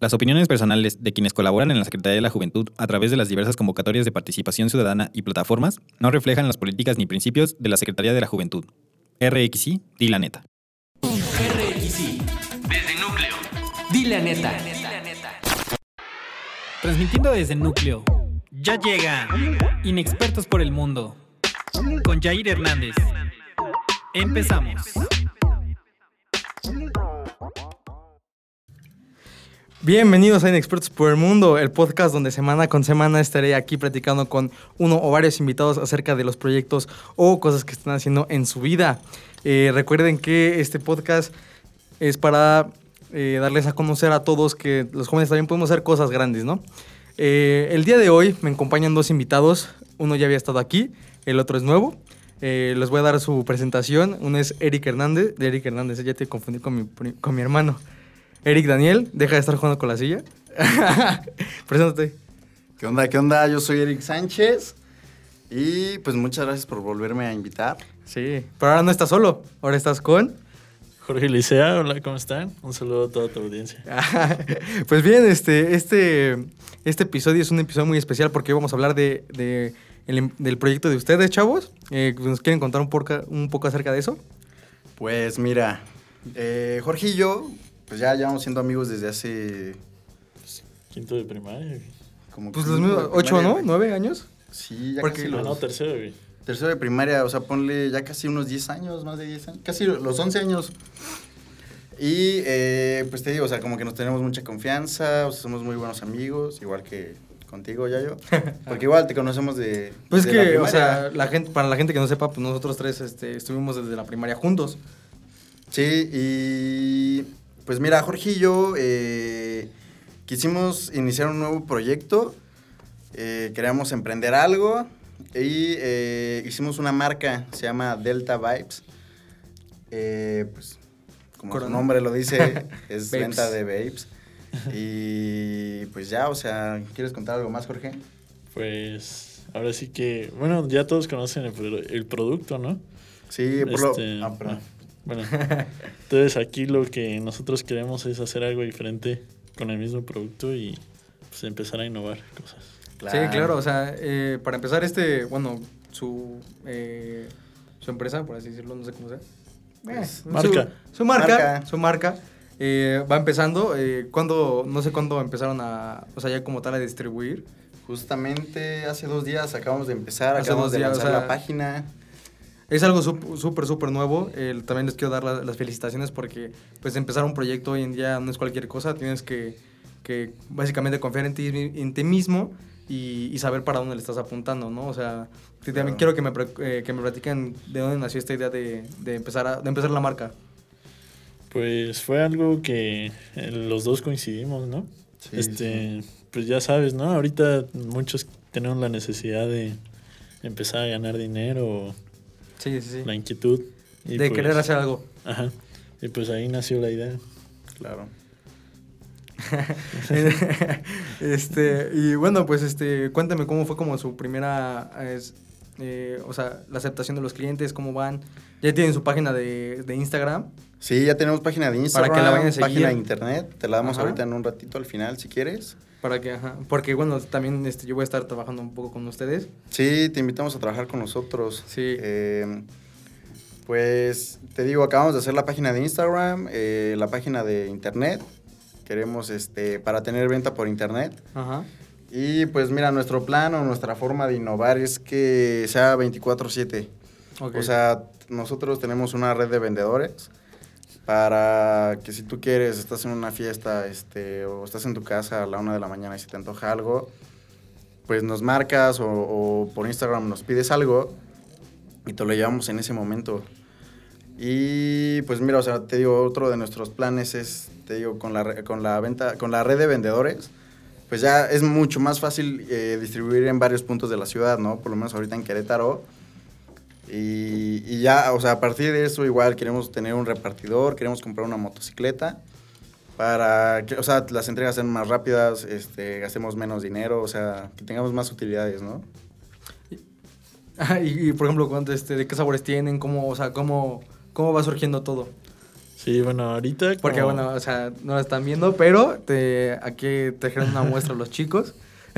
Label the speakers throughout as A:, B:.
A: Las opiniones personales de quienes colaboran en la Secretaría de la Juventud a través de las diversas convocatorias de participación ciudadana y plataformas no reflejan las políticas ni principios de la Secretaría de la Juventud. RXI, di la neta.
B: RXI. Desde Núcleo. Di la neta.
C: Transmitiendo desde Núcleo. Ya llega. Inexpertos por el mundo. Con Jair Hernández. Empezamos.
D: Bienvenidos a Inexpertos por el Mundo, el podcast donde semana con semana estaré aquí platicando con uno o varios invitados acerca de los proyectos o cosas que están haciendo en su vida. Eh, recuerden que este podcast es para eh, darles a conocer a todos que los jóvenes también podemos hacer cosas grandes, ¿no? Eh, el día de hoy me acompañan dos invitados, uno ya había estado aquí, el otro es nuevo. Eh, les voy a dar su presentación. Uno es Eric Hernández, de Eric Hernández, ya te confundí con mi, pri- con mi hermano. Eric Daniel, deja de estar jugando con la silla. Preséntate.
E: ¿Qué onda? ¿Qué onda? Yo soy Eric Sánchez y pues muchas gracias por volverme a invitar.
D: Sí, pero ahora no estás solo, ahora estás con...
F: Jorge Licea, hola, ¿cómo están? Un saludo a toda tu audiencia.
D: pues bien, este, este, este episodio es un episodio muy especial porque hoy vamos a hablar de, de- el em- del proyecto de ustedes, chavos. Eh, ¿Nos quieren contar un, porca- un poco acerca de eso?
E: Pues mira, eh, Jorge y yo pues ya llevamos siendo amigos desde hace
F: Quinto de primaria, güey.
E: como...
D: Pues
E: que
D: los mismos,
E: Mm, primaria,
D: ocho, ¿no?
E: güey.
D: ¿Nueve años?
E: Sí, ya
D: Porque-
E: casi
F: Ah,
E: los...
F: no, tercero, güey.
E: tercero de primaria, o sea, ponle ya casi unos 10 años, más de 10 años, casi los 11 años. Y eh, pues te digo, o sea, como que nos tenemos mucha confianza, o sea, somos muy buenos amigos, igual que contigo, ya yo. Porque igual te conocemos de...
D: Pues es
E: de la
D: que, o
E: primaria.
D: sea, la gente, para la gente que no sepa, pues nosotros tres este, estuvimos desde la primaria juntos.
E: Sí, y pues mira, Jorge y yo eh, quisimos iniciar un nuevo proyecto, eh, queríamos emprender algo y eh, hicimos una marca, se llama Delta Vibes. Eh, pues, como su
D: Corona.
E: nombre lo dice,
D: Vapes.
E: es venta de vapes. Y pues ya, o sea, ¿quieres contar algo más, Jorge?
F: Pues ahora sí que, bueno, ya todos conocen el, pro- el producto, ¿no?
E: Sí, por lo-
F: Este,
E: ah, perdón.
F: ah, bueno, entonces aquí lo que nosotros queremos es hacer algo diferente con el mismo producto y pues empezar a innovar cosas.
D: Sí, claro, o sea, eh, para empezar este, bueno, su, eh, su empresa, por así decirlo, no sé cómo sea.
E: Pues,
D: su-
F: marca.
D: Su, marca,
E: Marca.
D: su marca, eh, va empezando. Eh, ¿Cuándo, no sé cuándo empezaron a, o sea, ya como tal a distribuir?
E: Justamente hace dos días acabamos de empezar,
D: Hace
E: acabamos
D: dos
E: de
D: días, o
E: lanzar
D: sea,
E: la página.
D: Es algo sup- súper, súper nuevo. Eh, también les quiero dar la- las felicitaciones porque pues empezar un proyecto hoy en día no es cualquier cosa. Tienes que, que básicamente confiar en ti, mi- en ti mismo y, y saber para dónde le estás apuntando, ¿no? O sea, te- también quiero
E: Claro.
D: que me, pre- eh, que me platiquen de dónde nació esta idea de, de empezar, a- de empezar la marca.
F: Pues fue algo que eh, los dos coincidimos, ¿no?
E: Sí,
F: este, pues ya sabes, ¿no? Ahorita muchos tenemos la necesidad de empezar a ganar dinero o
D: Sí, sí, sí.
F: la inquietud. y
D: de
F: pues-
D: querer hacer algo.
F: Ajá. Y pues ahí nació la idea.
E: Claro.
D: este, y bueno, pues este, cuéntame cómo fue como su primera, es, eh, o sea, la aceptación de los clientes, cómo van. Ya tienen su página de, de Instagram.
E: Sí, ya tenemos página de Instagram,
D: que la vayan a seguir.
E: página de internet. Te la damos
D: Ajá.
E: ahorita en un ratito al final, si quieres.
D: Para que, ajá, porque bueno, también este, yo voy a estar trabajando un poco con ustedes.
E: Sí, te invitamos a trabajar con nosotros.
D: Sí.
E: Eh, pues te digo, acabamos de hacer la página de Instagram, eh, la página de internet. Queremos este para tener venta por internet.
D: Ajá.
E: Y pues mira, nuestro plan o nuestra forma de innovar es que sea 24/7.
D: ok.
E: O sea, nosotros tenemos una red de vendedores para que si tú quieres, estás en una fiesta este, o estás en tu casa a la una de la mañana y se te antoja algo, pues nos marcas o, o por Instagram nos pides algo y te lo llevamos en ese momento. Y pues mira, o sea, te digo, otro de nuestros planes es, te digo, con la, re- con la venta, con la red de vendedores, pues ya es mucho más fácil eh, distribuir en varios puntos de la ciudad, ¿no? Por lo menos ahorita en Querétaro. Y, y ya, o sea, a partir de eso igual queremos tener un repartidor, queremos comprar una motocicleta para que, o sea, las entregas sean más rápidas, este, gastemos menos dinero, o sea, que tengamos más utilidades, ¿no?
D: Ajá, y, y, por ejemplo, cuánto, este, ¿de qué sabores tienen? ¿Cómo, o sea, cómo, cómo va surgiendo todo?
F: Sí, bueno, ahorita.
D: Porque,
F: como-
D: bueno, o sea, no la están viendo, pero te, aquí trajeron una muestra los chicos.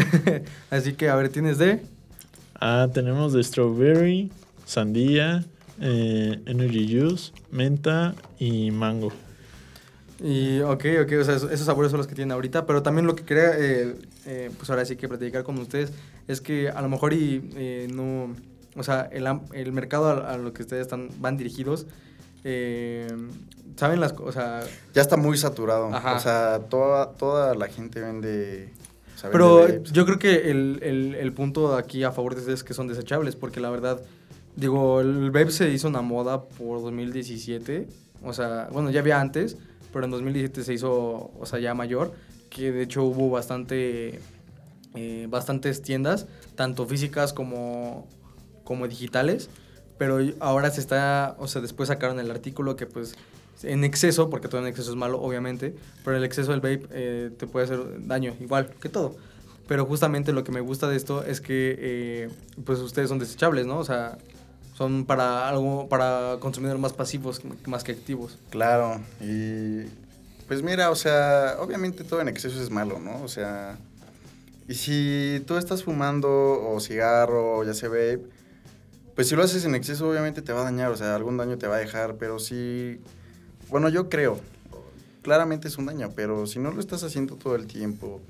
D: Así que, a ver, tienes de.
F: Ah, tenemos de strawberry, sandía, eh, energy juice, menta y mango.
D: Y, ok, ok, o sea, esos, esos sabores son los que tienen ahorita, pero también lo que quería, eh, eh, pues ahora sí que platicar con ustedes, es que a lo mejor y eh, no, o sea, el, am- el mercado a, a lo que ustedes están, van dirigidos, eh, saben las cosas,
E: Ya está muy saturado.
D: Ajá.
E: O sea, toda, toda la gente vende. o sea,
D: pero
E: vende vapes.
D: yo creo que el, el- el punto aquí a favor de ustedes es que son desechables, porque la verdad, digo, el vape se hizo una moda por 2017, o sea, bueno, ya había antes, pero en 2017 se hizo, o sea, ya mayor, que de hecho hubo bastante, eh, bastantes tiendas, tanto físicas como, como digitales, pero y- ahora se está, o sea, después sacaron el artículo que pues en exceso, porque todo en exceso es malo, obviamente, pero el exceso del vape eh, te puede hacer daño, igual que todo. Pero justamente lo que me gusta de esto es que, eh, pues ustedes son desechables, ¿no? O sea, son para algo, para consumidores más pasivos más que activos.
E: Claro, y pues mira, o sea, obviamente todo en exceso es malo, ¿no? O sea, y si tú estás fumando o cigarro, o ya sea vape, pues si lo haces en exceso obviamente te va a dañar, o sea, algún daño te va a dejar, pero si, bueno, yo creo, claramente es un daño, pero si no lo estás haciendo todo el tiempo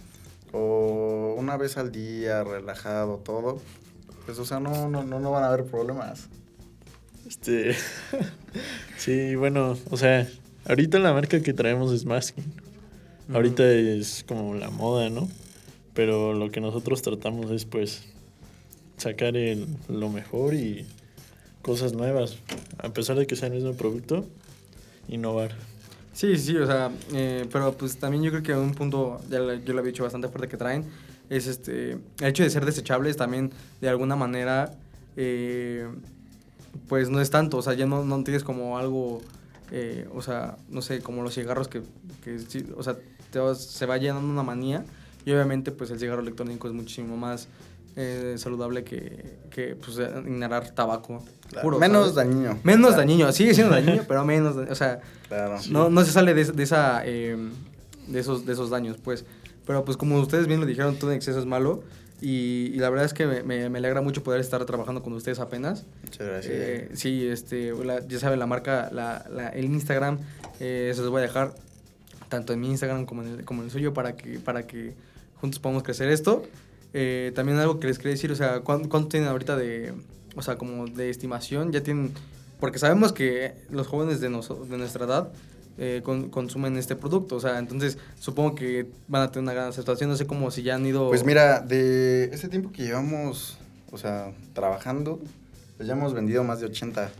E: o una vez al día, relajado, todo, pues o sea, no, no, no, no van a haber problemas.
F: Este. sí, bueno, o sea, ahorita la marca que traemos es Masking. Ahorita es como la moda, ¿no? Pero lo que nosotros tratamos es, pues, sacar el- lo mejor y cosas nuevas. A pesar de que sea el mismo producto, innovar.
D: Sí, sí, o sea, eh, pero pues también yo creo que un punto, ya lo- yo lo había dicho bastante fuerte que traen, es este, el hecho de ser desechables también de alguna manera, eh, pues no es tanto, o sea, ya no, no tienes como algo, eh, o sea, no sé, como los cigarros que, que sí, o sea, te vas- se va llenando una manía y obviamente pues el cigarro electrónico es muchísimo más eh, saludable que, que pues eh, inhalar tabaco. puro,
E: menos
D: ¿sabes?
E: dañino.
D: Menos
E: Claro,
D: dañino, sigue siendo dañino, pero menos, da- o sea,
E: Claro.
D: no, no se sale de, de esa, eh, de, esos, de esos daños, pues. Pero pues como ustedes bien lo dijeron, todo en exceso es malo. Y, y la verdad es que me, me- me alegra mucho poder estar trabajando con ustedes apenas.
E: Muchas gracias.
D: Eh, sí, este, la- ya saben, la marca, la, la- el Instagram, eh, se los voy a dejar tanto en mi Instagram como en el, como en el suyo para que, para que juntos podamos crecer esto. Eh, también algo que les quería decir, o sea, ¿cuán- ¿cuánto tienen ahorita de, o sea, como de estimación? Ya tienen, porque sabemos que los jóvenes de, noso- de nuestra edad eh, con- consumen este producto, o sea, entonces supongo que van a tener una gran aceptación, no sé cómo si ya han ido...
E: Pues mira, de este tiempo que llevamos, o sea, trabajando, pues ya hemos vendido más de 80.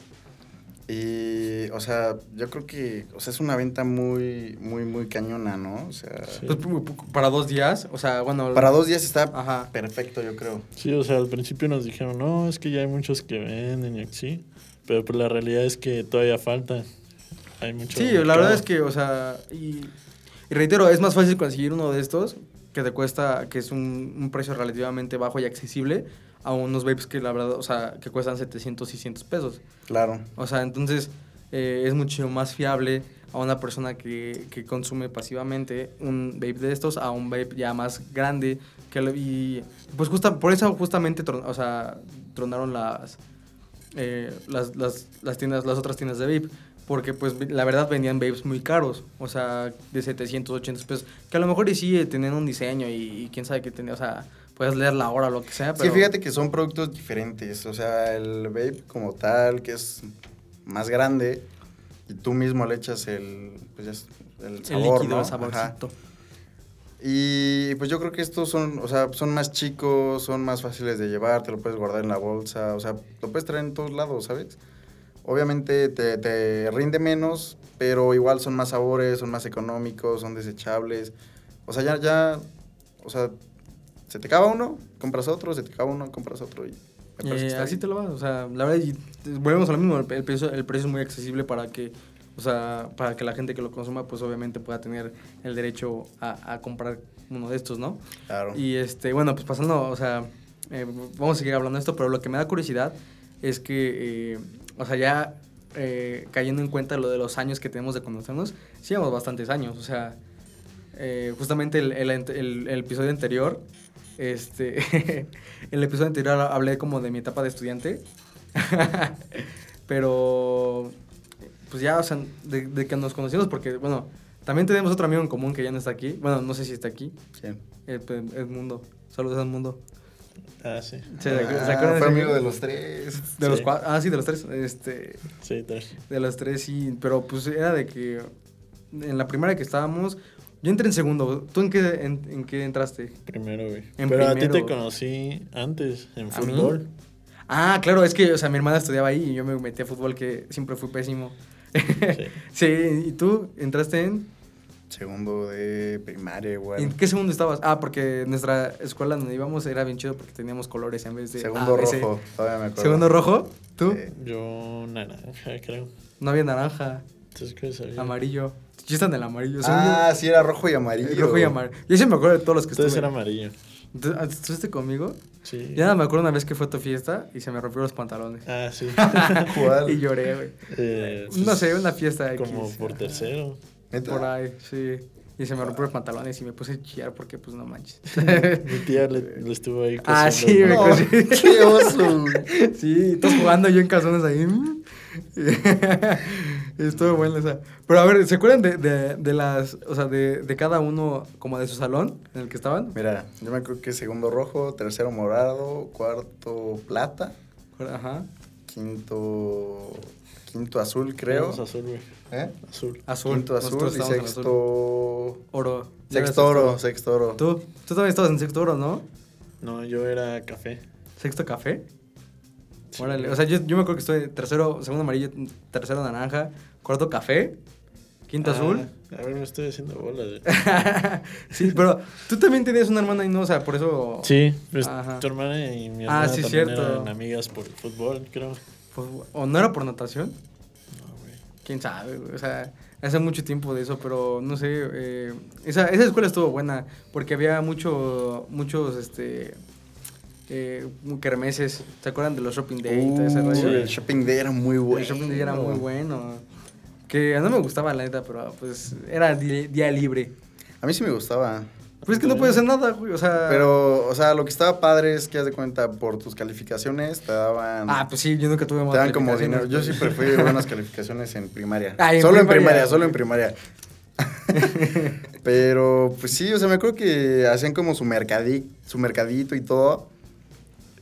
E: Y, o sea, yo creo que, o sea, es una venta muy, muy, muy cañona, ¿no? O sea,
F: Sí.
D: Pues, pu- pu- para dos días, o sea, bueno...
E: para dos días está
D: Ajá.
E: perfecto, yo creo.
F: Sí, o sea, al principio nos dijeron, no, es que ya hay muchos que venden y así. Pero pues la realidad es que todavía falta. Hay mucho.
D: Sí, la verdad
F: mercado.
D: es que, o sea, y, y reitero, es más fácil conseguir uno de estos que te cuesta, que es un, un precio relativamente bajo y accesible a unos vapes que la verdad, o sea, que cuestan 700, 600 pesos.
E: Claro.
D: O sea, entonces eh, es mucho más fiable a una persona que, que consume pasivamente un vape de estos a un vape ya más grande. Que lo- y pues justa, por eso justamente tron- o sea, tronaron las, eh, las, las, las tiendas, las otras tiendas de vape. Porque pues ve- la verdad vendían vapes muy caros, o sea, de 700, 800 pesos. Que a lo mejor y sí eh, tenían un diseño y, y quién sabe qué tenía, o sea, puedes leer la hora o lo que sea. Pero...
E: Sí, fíjate que son productos diferentes. O sea, el vape como tal, que es más grande, y tú mismo le echas el, pues ya es- el
D: el
E: sabor,
D: líquido, el
E: ¿no? Ajá.
D: saborcito.
E: Y pues yo creo que estos son, o sea, son más chicos, son más fáciles de llevar, te lo puedes guardar en la bolsa, o sea, lo puedes traer en todos lados, ¿sabes? Obviamente te, te rinde menos, pero igual son más sabores, son más económicos, son desechables. O sea, ya, ya, o sea, se te acaba uno, compras otro, se te acaba uno, compras otro y me
D: Y
E: parece que está
D: Eh, así
E: bien.
D: te lo vas, o sea, la verdad, y volvemos a lo mismo, el, el precio, el precio es muy accesible para que, o sea, para que la gente que lo consuma, pues obviamente pueda tener el derecho a, a comprar uno de estos, ¿no?
E: Claro.
D: Y este, bueno, pues pasando, o sea, eh, vamos a seguir hablando de esto, pero lo que me da curiosidad es que, eh, o sea, ya eh, cayendo en cuenta lo de los años que tenemos de conocernos, sí llevamos bastantes años. O sea, eh, justamente el, el ant- el- el episodio anterior, este, el episodio anterior hablé como de mi etapa de estudiante, pero pues ya, o sea, de, de que nos conocimos, porque bueno, también tenemos otro amigo en común que ya no está aquí, bueno, no sé si está aquí,
E: ¿Quién?
D: el, el mundo. Saludos al mundo.
F: Ah, sí.
D: ¿Se,
E: Ah,
D: se acuerdan
E: fue
D: ese-
E: amigo de los tres.
D: de los
F: Sí.
D: cuatro? Ah, sí, de los tres. Este,
F: Sí, tres.
D: de los tres, sí. Pero pues era de que en la primera que estábamos, yo entré en segundo. ¿Tú en qué, en, en qué entraste?
F: Primero, güey.
D: En
F: Pero a ti
D: primero.
F: te conocí antes, en
D: ¿A mí?
F: fútbol.
D: Ah, claro, es que, o sea, mi hermana estudiaba ahí y yo me metí a fútbol, que siempre fui pésimo. Sí, ¿y tú entraste en?
E: Segundo de primaria igual.
D: ¿En qué segundo estabas? Ah, porque nuestra escuela donde íbamos era bien chido porque teníamos colores en vez de...
E: Segundo
D: A, B, C.
E: rojo, todavía me acuerdo.
D: Ah, ¿Segundo rojo? ¿Tú?
E: Sí.
F: Yo naranja, creo.
D: No había naranja,
F: Entonces, ¿qué sabía?
D: amarillo. Yo estaba en el amarillo. según yo-
E: Ah, sí, era rojo y amarillo.
D: Rojo y amarillo. Yo siempre me acuerdo de todos los que
F: Entonces era
D: estuve.
F: amarillo.
D: ¿Tú- ah, ¿Estuviste conmigo?
F: Sí.
D: Ya nada, me acuerdo una vez que fue a tu fiesta y se me rompieron los pantalones.
F: Ah, sí.
E: ¿Cuál?
D: y lloré, güey.
F: Eh,
D: No
F: pues,
D: sé, una fiesta X.
F: Como por tercero.
E: ¿Neta?
D: Por ahí, sí. Y se me rompieron los pantalones y me puse a chillar porque, pues, no manches.
F: Mi tía le, le estuvo ahí
D: Ah,
F: cosiendo
D: sí, güey.
E: No,
F: el
E: Oh,
F: mapa.
E: qué oso. güey.
D: sí, todos jugando yo en calzones ahí. mm. Estuvo bueno esa. Pero a ver, ¿se acuerdan de, de- de las, o sea, de, de cada uno como de su salón en el que estaban?
E: Mira, yo me acuerdo que segundo rojo, tercero morado, cuarto plata,
D: Ajá.
E: quinto quinto azul, creo.
F: Vamos azul, güey.
E: ¿Eh?
F: Azul.
D: Azul.
E: Quinto azul
D: Nosotros
E: y
D: estábamos en azul.
E: sexto
D: Oro. Yo era
E: sexto oro, sexto oro.
D: Tú, tú también estabas en sexto oro, ¿no?
F: No, yo era café.
D: ¿Sexto café?
F: Sí.
D: Órale, o sea, yo, yo me acuerdo que estoy tercero, segundo amarillo, tercero naranja, cuarto café, quinto
F: Ah,
D: azul.
F: A ver, me estoy haciendo bolas. güey.
D: sí, pero tú también tenías una hermana y no, o sea, por eso...
F: Sí, pues
D: Ajá.
F: tu hermana y mi
D: Ah,
F: hermana
D: sí,
F: también
D: cierto.
F: eran amigas por el fútbol, creo.
D: Pues, ¿O no era por natación?
F: No, güey.
D: ¿Quién sabe? güey, O sea, hace mucho tiempo de eso, pero no sé. eh, esa, esa escuela estuvo buena porque había mucho, muchos, este... Eh, kermeses, ¿se acuerdan de los shopping day y todo ese
E: Uh,
D: rollo?
E: el shopping day era muy bueno.
D: El shopping day era muy bueno. Que no me gustaba la neta, pero pues era di- día libre.
E: A mí sí me gustaba.
D: Pero es que no puedes hacer nada, güey. O sea.
E: Pero, o sea, lo que estaba padre es que, haz de cuenta, por tus calificaciones te daban...
D: Ah, pues sí, yo nunca tuve más.
E: Te dan como dinero.
D: calificaciones,
E: Yo
D: pues.
E: siempre fui de buenas calificaciones en primaria.
D: Ah, en
E: solo
D: primaria.
E: en primaria, solo en primaria. Pero, pues sí, o sea, me acuerdo que hacían como su, mercadi- su mercadito y todo.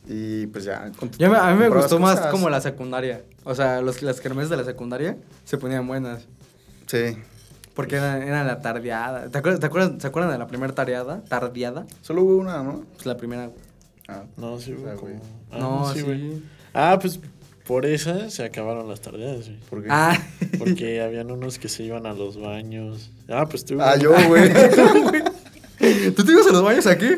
E: Y pues ya. con-
D: Yo me- a mí me
E: comprabas
D: gustó más
E: cosas.
D: como la secundaria. O sea, los, las kermeses de la secundaria se ponían buenas.
E: Sí.
D: Porque eran, eran la tardeada. ¿Te acuerdas, te acuerdas- ¿Se acuerdan de la primera tareada? ¿Tardeada?
E: Solo hubo una, ¿no?
D: Pues la primera. güey.
E: Ah,
F: No, sí,
E: Ah,
F: güey.
E: güey.
F: como- Ah,
D: no, sí.
F: güey. Ah, pues por esa se acabaron las tardeadas, güey.
E: ¿por qué?
D: Ah,
F: Porque habían unos que se iban a los baños. Ah, pues tú.
E: Ah,
F: güey.
E: yo, güey.
D: ¿tú te ibas a los baños aquí?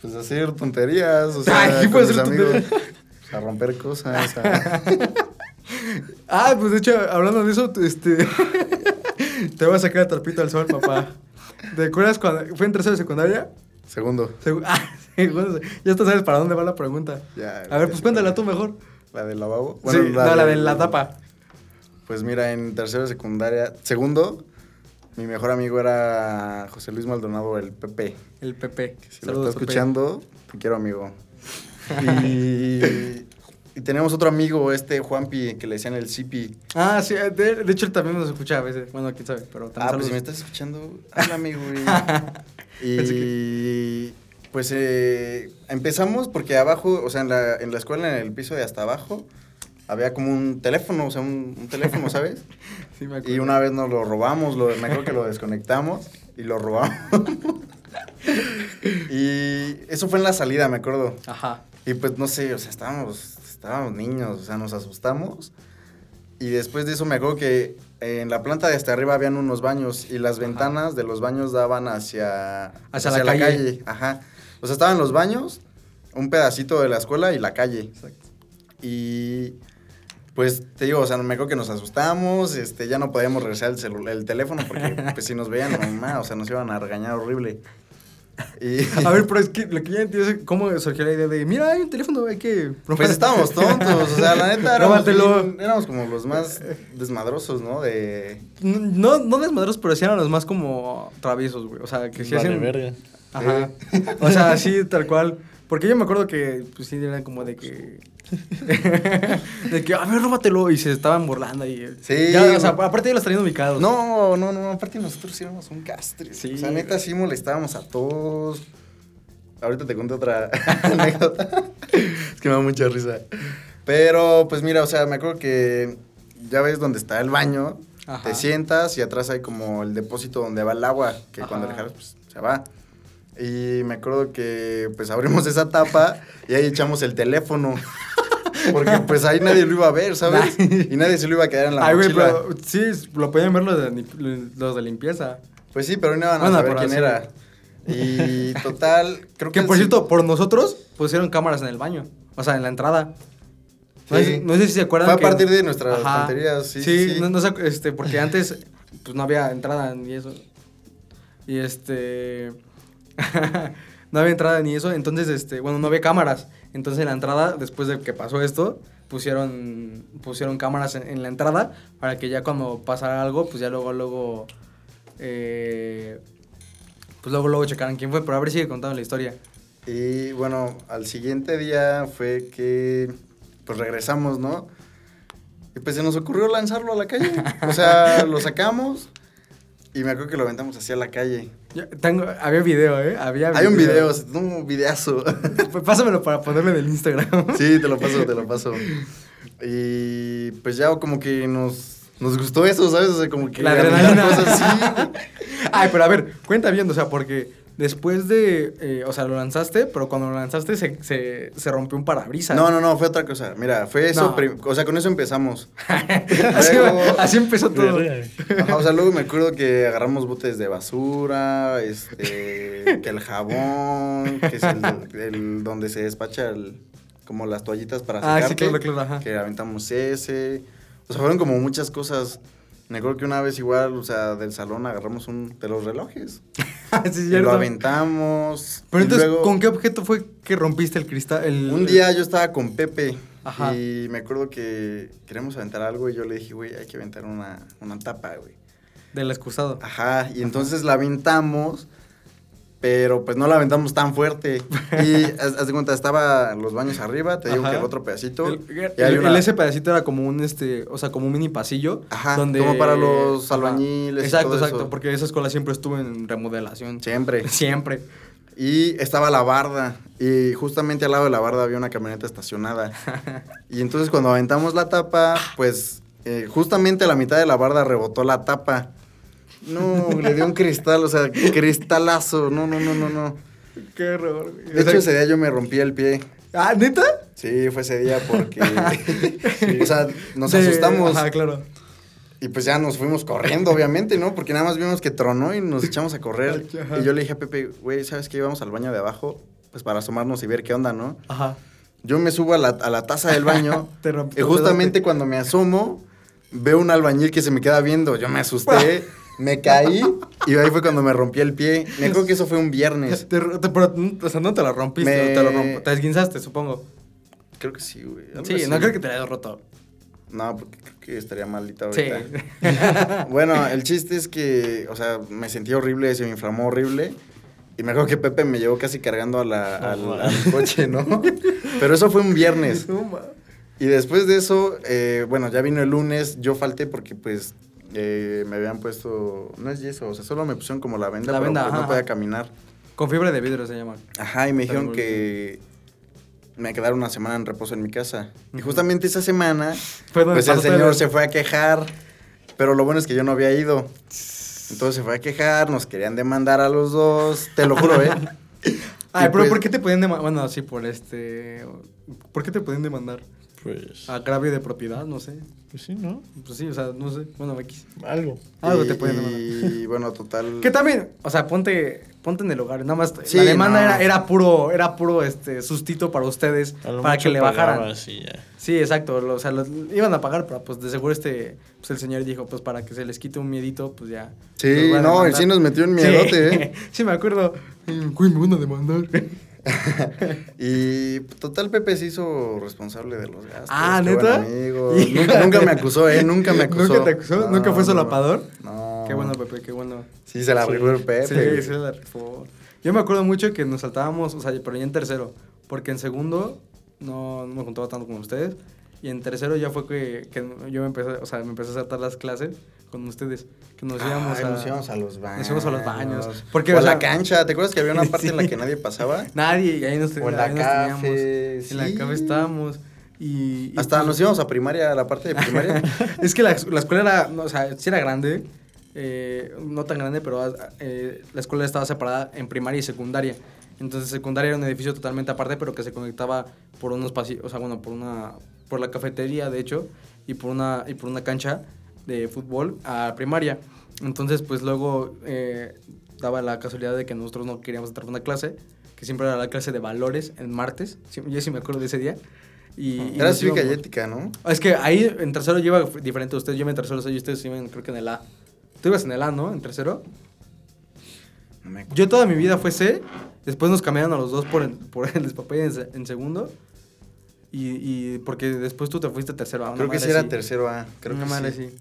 E: pues hacer tonterías, o sea,
D: Ay,
E: con
D: puedes
E: mis
D: Ah, hacer
E: amigos. A romper cosas. a-
D: Ah, pues de hecho, hablando de eso, tú, este. te voy a sacar la torpita al sol, papá. ¿Te acuerdas cuando fue en tercero de secundaria?
E: Segundo.
D: Segu- ah, segundo. Ya hasta sabes para dónde va la pregunta.
E: Ya,
D: a ver,
E: ya
D: pues
E: sé
D: cuéntala
E: cuál
D: tú
E: es.
D: mejor.
E: La del lavabo.
D: sí, no, la de la tapa.
E: Pues mira, en tercero de secundaria, segundo, mi mejor amigo era José Luis Maldonado, el Pepe.
D: El PP.
E: Que si lo está escuchando, te quiero, amigo. Y, y teníamos otro amigo, este Juanpi, que le decían el Zipi.
D: Ah, sí, de, de hecho él también nos escucha a veces. Bueno, quién sabe, pero
E: Ah, pues si
D: saludos.
E: me estás escuchando, háblame, güey.
D: Pensé
E: y pues eh, empezamos porque abajo, o sea, en la, en la escuela, en el piso de hasta abajo, había como un teléfono, o sea, un- un teléfono, ¿sabes?
D: Sí, me acuerdo.
E: Y una vez nos lo robamos, lo, me acuerdo que lo desconectamos y lo robamos. y eso fue en la salida, me acuerdo.
D: Ajá.
E: Y pues no sé, o sea, estábamos, estábamos niños, o sea, nos asustamos. Y después de eso me acuerdo que eh, en la planta de hasta arriba habían unos baños y las ventanas de los baños daban hacia,
D: Hacia la calle.
E: Ajá. O sea, estaban los baños, un pedacito de la escuela y la calle.
D: Exacto.
E: Y pues te digo, o sea, me acuerdo que nos asustamos, este, ya no podíamos regresar el, celu- el teléfono porque pues, si nos veían, mamá, o sea, nos iban a regañar horrible. Y-
D: A ver, pero es que lo que yo no entiendo es cómo surgió la idea de, mira, hay un teléfono, hay que...
E: Pues estábamos tontos, o sea, la neta éramos,
D: Róbatelo.
E: bien- éramos como los más desmadrosos, ¿no? De...
D: No, no desmadros, pero sí eran los más como traviesos, güey. O sea, que sí
F: vale
D: hacían...
F: verga.
D: Ajá.
E: Eh.
D: O sea, sí, tal cual. Porque yo me acuerdo que, pues sí, eran como de que... de que, a ver, róbatelo. Y se estaban burlando y...
E: Sí,
D: Ya, o sea,
E: güey.
D: aparte ya los traían ubicados.
E: No, no, no, aparte nosotros éramos un castre.
D: Sí,
E: o sea, neta
D: güey.
E: sí molestábamos a todos. Ahorita te cuento otra anécdota. es que me da mucha risa. Pero, pues mira, o sea, me acuerdo que ya ves dónde está el baño,
D: Ajá.
E: te sientas y atrás hay como el depósito donde va el agua, que
D: Ajá.
E: cuando le jalas, pues se va. Y me acuerdo que pues abrimos esa tapa y ahí echamos el teléfono. Porque pues ahí nadie lo iba a ver, ¿sabes? Y nadie se lo iba a quedar en la
D: Ay, güey,
E: mochila.
D: pero sí, lo podían ver los de, ni- los de limpieza.
E: Pues sí, pero no iban a
D: Bueno,
E: saber
D: por
E: quién
D: así.
E: era. Y total, creo que.
D: Que
E: el
D: por
E: sí-
D: cierto, por nosotros pusieron cámaras en el baño. O sea, en la entrada. No,
E: Sí.
D: sé, no sé si se acuerdan.
E: Fue a
D: que-
E: partir de nuestras tonterías, sí, sí, sí.
D: No, no sé, este, porque antes pues, no había entrada ni eso. Y este. no había entrada ni eso. Entonces, este, bueno, no había cámaras. Entonces, en la entrada, después de que pasó esto, pusieron, pusieron cámaras en, en la entrada para que ya cuando pasara algo, pues ya luego, luego. eh, pues luego, luego checaran quién fue. Pero a ver, sigue contando la historia.
E: Y bueno, al siguiente día fue que. Pues regresamos, ¿no? Y pues se nos ocurrió lanzarlo a la calle. O sea, lo sacamos y me acuerdo que lo aventamos hacia la calle.
D: Yo tengo, había video, ¿eh? Había
E: Hay un video, un videazo.
D: Pásamelo para ponerlo en el Instagram.
E: Sí, te lo paso, te lo paso. Y pues ya como que nos, nos gustó eso, ¿sabes? O sea, como que
D: La
E: aventar
D: adrenalina.
E: cosas así.
D: Ay, pero a ver, cuenta bien, o sea, porque después de. eh, o sea, lo lanzaste, pero cuando lo lanzaste se, se, se rompió un parabrisas.
E: No, no, no, fue otra cosa. Mira, fue eso.
D: No.
E: prim- O sea, con eso empezamos.
D: así,
E: Luego-
D: así empezó todo.
F: Verga.
E: Ajá, o sea, luego me acuerdo que agarramos botes de basura, este, que el jabón, que es el, el donde se despacha el- como las toallitas para
D: Ah, sí,
E: secarte.
D: claro, claro, ajá.
E: Que aventamos ese. O sea, fueron como muchas cosas. Me acuerdo que una vez igual, o sea, del salón agarramos un de los relojes.
D: Ah, Sí, es
E: y
D: cierto.
E: lo aventamos.
D: Pero
E: y
D: entonces,
E: luego-
D: ¿con qué objeto fue que rompiste el cristal? el-
E: Un día yo estaba con Pepe
D: Ajá.
E: y me acuerdo que queremos aventar algo y yo le dije, güey, hay que aventar una, una tapa, güey.
D: Del excusado.
E: Ajá, y entonces la aventamos, pero pues no la aventamos tan fuerte. Y haz, haz de cuenta, estaba los baños arriba, te digo
D: Ajá.
E: que el otro pedacito.
D: El,
E: y hay
D: el-
E: una-
D: el- ese pedacito era como un este, o sea, como un mini pasillo.
E: Ajá,
D: donde,
E: como para los
D: Ajá.
E: albañiles y
D: Exacto,
E: todo eso.
D: exacto, porque esa escuela siempre estuvo en remodelación.
E: Siempre.
D: Siempre.
E: Y estaba la barda. Y justamente al lado de la barda había una camioneta estacionada. Y entonces cuando aventamos la tapa, pues eh, justamente a la mitad de la barda rebotó la tapa. No, le dio un cristal, o sea, cristalazo. No, no, no, no, no.
D: Qué error, güey.
E: De hecho, ese día yo me rompí el pie.
D: Ah, ¿neta?
E: Sí, fue ese día porque. Sí, o sea, nos
D: De-
E: asustamos.
D: Ajá, claro.
E: Y pues ya nos fuimos corriendo, obviamente, ¿no? Porque nada más vimos que tronó y nos echamos a correr.
D: Ajá.
E: Y yo le dije a Pepe, güey, ¿sabes qué? Vamos al baño de abajo, pues para asomarnos y ver qué onda, ¿no?
D: Ajá.
E: Yo me subo a la, a la taza del baño.
D: Te rompe-
E: y justamente
D: te-
E: cuando me asomo, veo un albañil que se me queda viendo. Yo me asusté, me caí y ahí fue cuando me rompí el pie. Me acuerdo que eso fue un viernes.
D: Te ro- te- pero, mm, o sea, no te lo rompiste,
E: Me-
D: te lo romp- Te esguinzaste, supongo.
E: Creo que sí, güey. algo
D: Sí,
E: así.
D: no creo que te lo hayas roto.
E: No, porque creo que estaría malita
D: Sí.
E: ahorita. Bueno, el chiste es que, o sea, me sentí horrible, se me inflamó horrible. Y me acuerdo que Pepe me llevó casi cargando a la-
F: No,
E: al,
F: man.
E: al coche, ¿no? Pero eso fue un viernes.
D: No, ma.
E: Y después de eso, eh, bueno, ya vino el lunes, yo falté porque pues eh, me habían puesto, no es yeso, o sea, solo me pusieron como la venda,
D: La
E: pero,
D: venda,
E: pues,
D: ajá,
E: no podía
D: ajá.
E: caminar.
D: Con fibra de vidrio se llama.
E: Ajá, y me
D: Pero
E: dijeron
D: muy
E: que me quedaron una semana en reposo en mi casa. Y
D: Ujú.
E: justamente esa semana,
D: Fue donde
E: pues el
D: pasaste
E: señor
D: de-
E: se fue a quejar, pero lo bueno es que yo no había ido. Entonces se fue a quejar, nos querían demandar a los dos, te lo juro, ¿eh?
D: Ay,
E: Y,
D: pero
E: pues,
D: ¿por qué te podían demandar? Bueno, sí, por este. ¿Por qué te podían demandar?
F: Pues,
D: Agravio de propiedad, no sé.
F: pues sí, ¿no?
D: Pues sí, o sea, no sé. Bueno, X.
F: Algo.
D: Algo
E: y-
D: te pueden demandar.
E: Y bueno, total.
D: Que también, o sea, ponte. ponte en el hogar. Nada más,
E: Sí,
D: la demanda
E: no.
D: era, era puro, era puro este, sustito para ustedes,
F: A lo
D: para que
F: mucho
D: le bajaran.
F: pagabas y ya.
D: Sí, exacto. lo- o sea, los iban a pagar, pero pues de seguro este, pues el señor dijo, pues para que se les quite un miedito, pues ya.
E: Sí,
D: los va a
E: no, y
D: demandar.
E: sí nos metió en
D: Sí.
E: miedote, ¿eh?
D: sí, me acuerdo. Mm, Güey, me van a demandar.
E: Y total, Pepe se hizo responsable de los gastos.
D: Ah,
E: qué buen
D: ¿neta?
E: amigo.
D: Híjole.
E: Nunca, nunca me acusó, ¿eh? Nunca me acusó.
D: ¿Nunca te acusó? ¿Nunca fue solapador?
E: No.
D: Qué bueno, Pepe, qué bueno.
E: Sí, se la rifó el Pepe.
D: Sí, sí, la rifó. Yo me acuerdo mucho que nos saltábamos, o sea, pero ya en tercero, porque en segundo no, no me juntaba tanto con ustedes, y en tercero ya fue que, que yo me empecé, o sea, me empecé a saltar las clases con ustedes, que Ah, nos íbamos,
E: Ay,
D: a,
E: Ah, nos íbamos a los baños.
D: Nos íbamos a los baños. Porque,
E: o
D: o
E: a la
D: sea-
E: cancha. ¿Te acuerdas que había una parte en la que nadie pasaba?
D: Nadie, y ahí nos,
E: O
D: ahí
E: en la
D: nos
E: cafe,
D: teníamos. En
E: sí.
D: la cafe estábamos. Y, y
E: Hasta
D: pues-
E: nos íbamos a primaria, a la parte de primaria.
D: es que la, la escuela era, no, o sea, sí era grande, eh, no tan grande, pero eh, la escuela estaba separada en primaria y secundaria. Entonces secundaria era un edificio totalmente aparte, pero que se conectaba por unos pasillos, o sea, bueno, por una, por la cafetería, de hecho, y por una, y por una cancha de fútbol a primaria. Entonces, pues luego eh, daba la casualidad de que nosotros no queríamos entrar a una clase, que siempre era la clase de valores en martes, sí, yo sí me acuerdo de ese día. Y, y
E: Era
D: nos
E: cívica y
D: íbamos-
E: ética, ¿no?
D: Ah, Es que ahí en tercero lleva diferente a ustedes. Yo iba en tercero, o sea, y ustedes iban, creo que en el A. Tú ibas en el A, ¿no? En tercero.
E: No me acuerdo.
D: Yo toda mi vida fue C. Después nos cambiaron a los dos por el, por el despapé en, se- en segundo. Y, y porque después tú te fuiste a tercero A. una
E: Creo que
D: madre
E: sí era
D: así.
E: tercero A. Creo
D: Una
E: que
D: madre
E: sí.
D: así.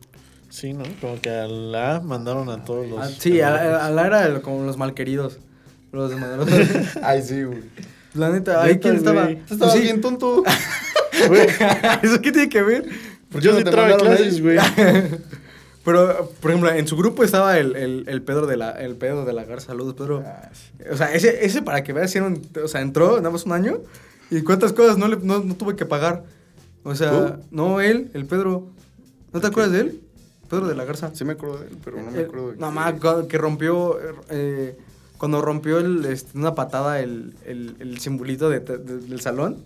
F: Sí, ¿no? Como que a la mandaron a todos los.
D: Ah, sí, a, a- a la era el- como los malqueridos. Los desmadrosos.
E: Ay, sí, güey.
D: la neta, ahí
F: Neta,
D: quién estaba.
F: güey.
E: Tú estabas
D: Pues sí.
E: bien tonto.
F: Güey,
D: ¿Eso qué tiene que ver?
E: ¿Por qué
F: yo
E: no
F: sí
E: te
F: trae
E: mandaron
F: clases,
E: ahí?
F: güey.
D: Pero, por ejemplo, en su grupo estaba el, el, el Pedro de la, el Pedro de la Garza. Saludos, Pedro.
E: Ah, sí.
D: O sea, ese, ese para que veas, si era un- o sea, entró nada más un año y cuántas cosas no, le, no, no tuve que pagar. O sea,
E: ¿Tú?
D: no él, el Pedro. ¿No te acuerdas de él? Pedro de la Garza.
E: Sí me acuerdo de él, pero no me
D: El-
E: acuerdo de
D: no,
E: qué.
D: ma, cu- que rompió, eh, cuando rompió el, este, una patada el, el, el simbolito de- de- del salón.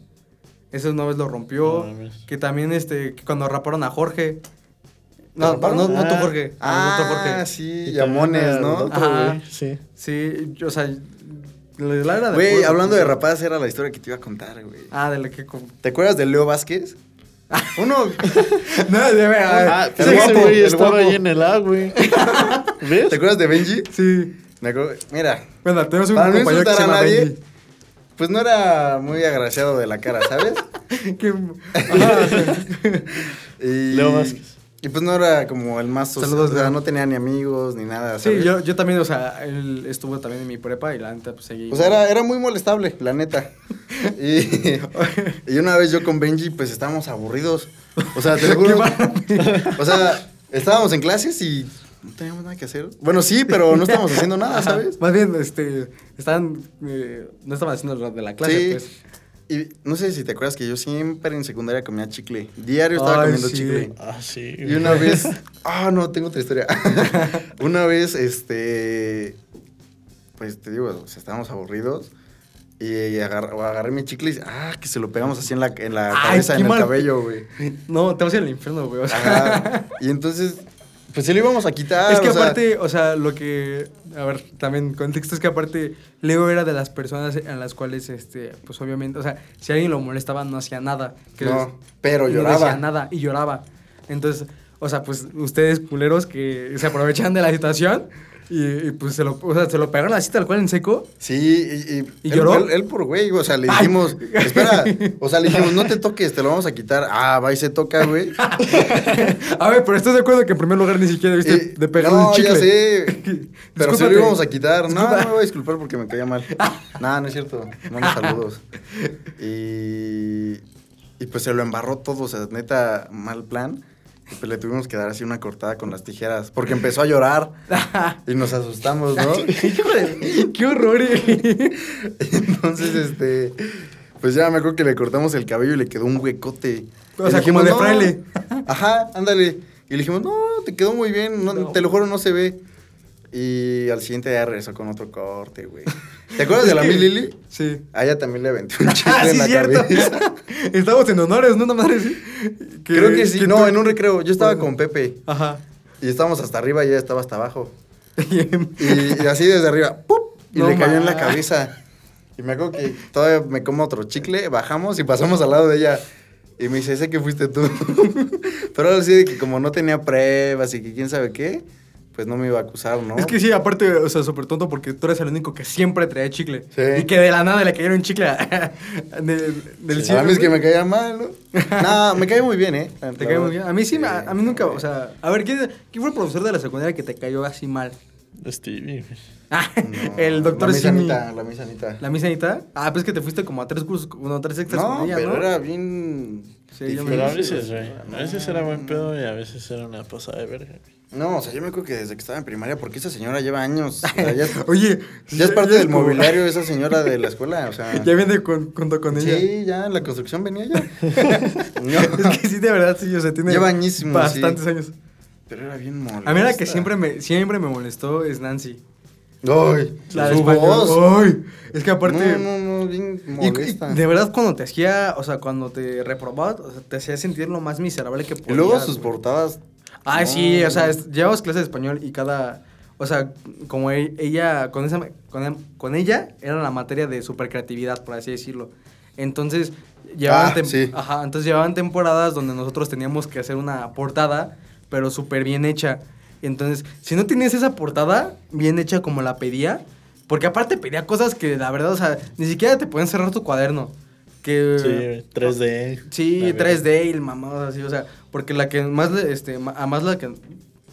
D: Eso una vez lo rompió.
F: No mames.
D: que también este, que cuando raparon a Jorge.
E: ¿Te
D: No, no,
E: raparon?
D: no, no tú
F: Ah.
D: Jorge.
E: Ah,
D: al otro Jorge.
E: sí,
F: Y
E: y Amones,
F: también al
E: ¿no?
F: otro,
D: Ajá.
F: güey, Sí.
D: Sí, yo, o sea, la era de
E: Güey,
D: puros-
E: hablando de rapadas, era la historia que te iba a contar, güey.
D: Ah, de la que. com-
E: ¿Te acuerdas de Leo Vázquez? Uno.
D: No, de
E: Ah,
D: verdad.
E: el
F: Pero pues ese
E: guapo,
F: güey
E: el
F: estaba
E: guapo.
F: ahí en el A, güey.
E: ¿Te
F: ¿Ves?
E: acuerdas de Benji?
D: Sí.
E: Me acuerdo. Mira,
D: Bueno, tenemos un
E: para no
D: compañero que
E: insultar
D: se
E: a
D: llama
E: nadie,
D: Benji.
E: pues no era muy agraciado de la cara, ¿sabes?
D: Que- Ajá,
E: Y,
F: Leo Vázquez.
E: Y pues no era como el más social,
D: Saludos,
E: o sea,
D: Leo.
E: no tenía ni amigos ni nada,
D: sí,
E: ¿sabes?
D: yo, yo también, o sea, él estuvo también en mi prepa y la neta, pues seguí.
E: O sea, era, era muy molestable, la neta. Y, y una vez yo con Benji, pues estábamos aburridos. O sea, te lo juro. O sea, estábamos en clases y no teníamos nada que hacer. Bueno, sí, pero no estábamos haciendo nada,
D: Ajá,
E: ¿sabes?
D: Más bien, este. Estaban. eh, no estaban haciendo lo de la clase,
E: Sí.
D: pues.
E: Y no sé si te acuerdas que yo siempre en secundaria comía chicle. Diario estaba
D: Ay,
E: comiendo
D: sí.
E: chicle.
F: Ah, sí.
E: Y una vez. Ah, no, tengo otra historia. una vez, este. Pues te digo, o sea, estábamos aburridos. Y agar- agarré mi chicle y dije, ah, que se lo pegamos así en la, en la
D: Ay,
E: cabeza,
D: qué
E: en el
D: mal-
E: cabello, güey.
D: No, te vas a ir al infierno, güey. o sea.
E: Ajá. Y entonces, pues se lo íbamos a quitar.
D: es que
E: o sea,
D: aparte, o sea, lo que. A ver, también contexto es que aparte, Leo era de las personas en las cuales, este, pues obviamente, o sea, si alguien lo molestaba, no hacía nada. Que es-
E: no, pero
D: y
E: lloraba.
D: No decía nada y lloraba. Entonces, o sea, pues ustedes culeros que se aprovechan de la situación y, y, pues se lo, o sea, se lo pegaron así tal cual en seco.
E: Sí, y,
D: ¿Y
E: él-
D: lloró?
E: Él, él por güey, o sea, le
D: Ay.
E: dijimos, espera, o sea, le dijimos, no te toques, te lo vamos a quitar. Ah, va y se toca, güey.
D: A ver, pero ¿estás de acuerdo que en primer lugar ni siquiera viste
E: Eh,
D: de pegar Este
E: no,
D: un chicle?
E: ya sé. Pero se
D: Discúlpate.
E: lo íbamos a quitar. No, no
D: Disculpa.
E: me voy a disculpar porque me caía mal. no, no es cierto. Manda saludos. Y, y pues se lo embarró todo, o sea, neta, mal plan. Y pues le tuvimos que dar así una cortada con las tijeras. Porque empezó a llorar. y nos asustamos, ¿no?
D: Híjole, qué horror. eh.
E: Entonces, este. Pues ya me acuerdo que le cortamos el cabello y le quedó un huecote.
D: O
E: Y
D: sea,
E: le
D: como
E: dijimos,
D: de
E: "No".
D: fraile.
E: Ajá, ándale. Y le dijimos, no, te quedó muy bien, no,
D: No.
E: te lo juro, no se ve. Y al siguiente día regresó con otro corte, güey. ¿Te acuerdas de la
D: Es que-
E: mi Lili?
D: Sí.
E: A ella también le aventé un chicle
D: Ah,
E: en
D: sí,
E: la
D: cierto.
E: cabeza.
D: Estábamos en honores, ¿no? Una madre sí.
E: Creo que sí. no,
D: tú-
E: en un recreo. Yo estaba
D: Bueno.
E: con Pepe
D: Ajá.
E: y estábamos hasta arriba y ella estaba hasta abajo. Y, y así desde arriba, ¡pup! Y
D: No
E: le cayó en la
D: ma-
E: cabeza. Y me acuerdo que todavía me como otro chicle, bajamos y pasamos al lado de ella. Y me dice, sé que fuiste tú. Pero ahora sí, de que como no tenía pruebas y que quién sabe qué, pues no me iba a acusar, ¿no?
D: Es que sí, aparte, o sea, súper tonto porque tú eres el único que siempre trae chicle.
E: Sí.
D: Y que de la nada le cayeron chicle a- del, del
E: Sí, a mí es que me caía mal, ¿no? No, me cae muy bien, ¿eh?
D: Te cae muy bien. A mí sí, me- a mí nunca, o sea, a ver, ¿quién, quién fue el profesor de la secundaria que te cayó así mal?
F: Stevie. güey.
D: Ah, el doctor
E: la
D: Simi.
E: misanita, la misanita.
D: ¿La misanita? Ah, pues que te fuiste como a tres cursos, bueno, a tres extras
E: No,
D: con ella,
E: pero
D: ¿no?
E: era bien...
D: Sí, yo me-
F: Pero a
E: difícil, o
F: veces, güey.
E: sea,
F: A veces
E: no,
F: era buen pedo y a veces era una pasada de verga. güey.
E: No, o sea, yo me acuerdo que desde que estaba en primaria, porque esa señora lleva años. o sea, ya es,
D: Oye,
E: ya es parte del
D: como-
E: mobiliario esa señora de la escuela, o sea.
D: Ya viene con, junto con ella.
E: Ah. Sí, ya, la construcción venía ya. No,
D: Es que sí, de verdad, sí, o sea, tiene
E: Lleva añísimos,
D: bastantes
E: sí.
D: años.
E: Pero era bien molesta.
D: A mí la que siempre me, siempre me molestó es Nancy.
E: Ay,
D: La de
E: su
D: español.
E: voz.
D: Ay, es que aparte...
E: No, no, no, bien
D: Y- y
E: molesta.
D: de verdad, cuando te hacía, o sea, cuando te reprobaba, o sea, te hacía sentir lo más miserable que
E: Y
D: podías.
E: luego sus
D: güey.
E: portadas.
D: Ah, sí,
E: No,
D: o sea,
E: no.
D: es- llevamos clases de español y cada. O sea, como e- ella, con, esa, con, em- con ella era la materia de super creatividad, por así decirlo. Entonces llevaban,
E: Ah,
D: tem-
E: sí.
D: ajá, entonces llevaban temporadas donde nosotros teníamos que hacer una portada, pero súper bien hecha. Entonces, si no tenías esa portada bien hecha como la pedía, porque aparte pedía cosas que la verdad, o sea, ni siquiera te pueden cerrar tu cuaderno. Que,
F: Sí, güey, 3D.
D: Sí,
F: la verga.
D: 3D y el mamado así, o sea, porque la que más, le- este, ma- a más la que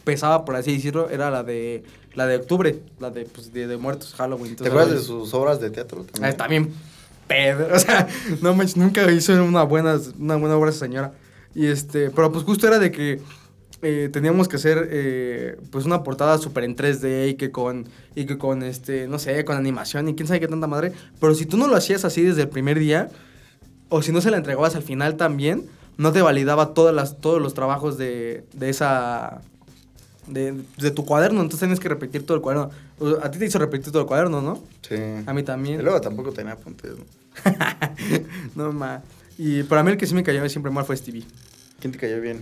D: pesaba, por así decirlo, era la de, la de octubre, la de, pues, de, de muertos, Halloween.
E: ¿Te
D: entonces,
E: acuerdas
D: güey,
E: de sus obras de teatro
D: ah,
E: también?
D: Está bien pedo, o sea, no manches, nunca hizo una buena, una buena obra esa señora. Y este, pero pues justo era de que eh, teníamos que hacer, eh, pues, una portada súper en 3D y que con, y que con, este, no sé, con animación y quién sabe qué tanta madre. Pero si tú no lo hacías así desde el primer día, o si no se la entregabas al final también, no te validaba todas las, todos los trabajos de, de esa. De, de tu cuaderno, entonces tenías que repetir todo el cuaderno. O- A ti te hizo repetir todo el cuaderno, ¿no?
E: Sí.
D: A mí también.
E: Y luego tampoco tenía apuntes. ¿no?
D: no ma. Y para mí el que sí me cayó siempre mal fue Stevie.
E: ¿Quién te cayó bien?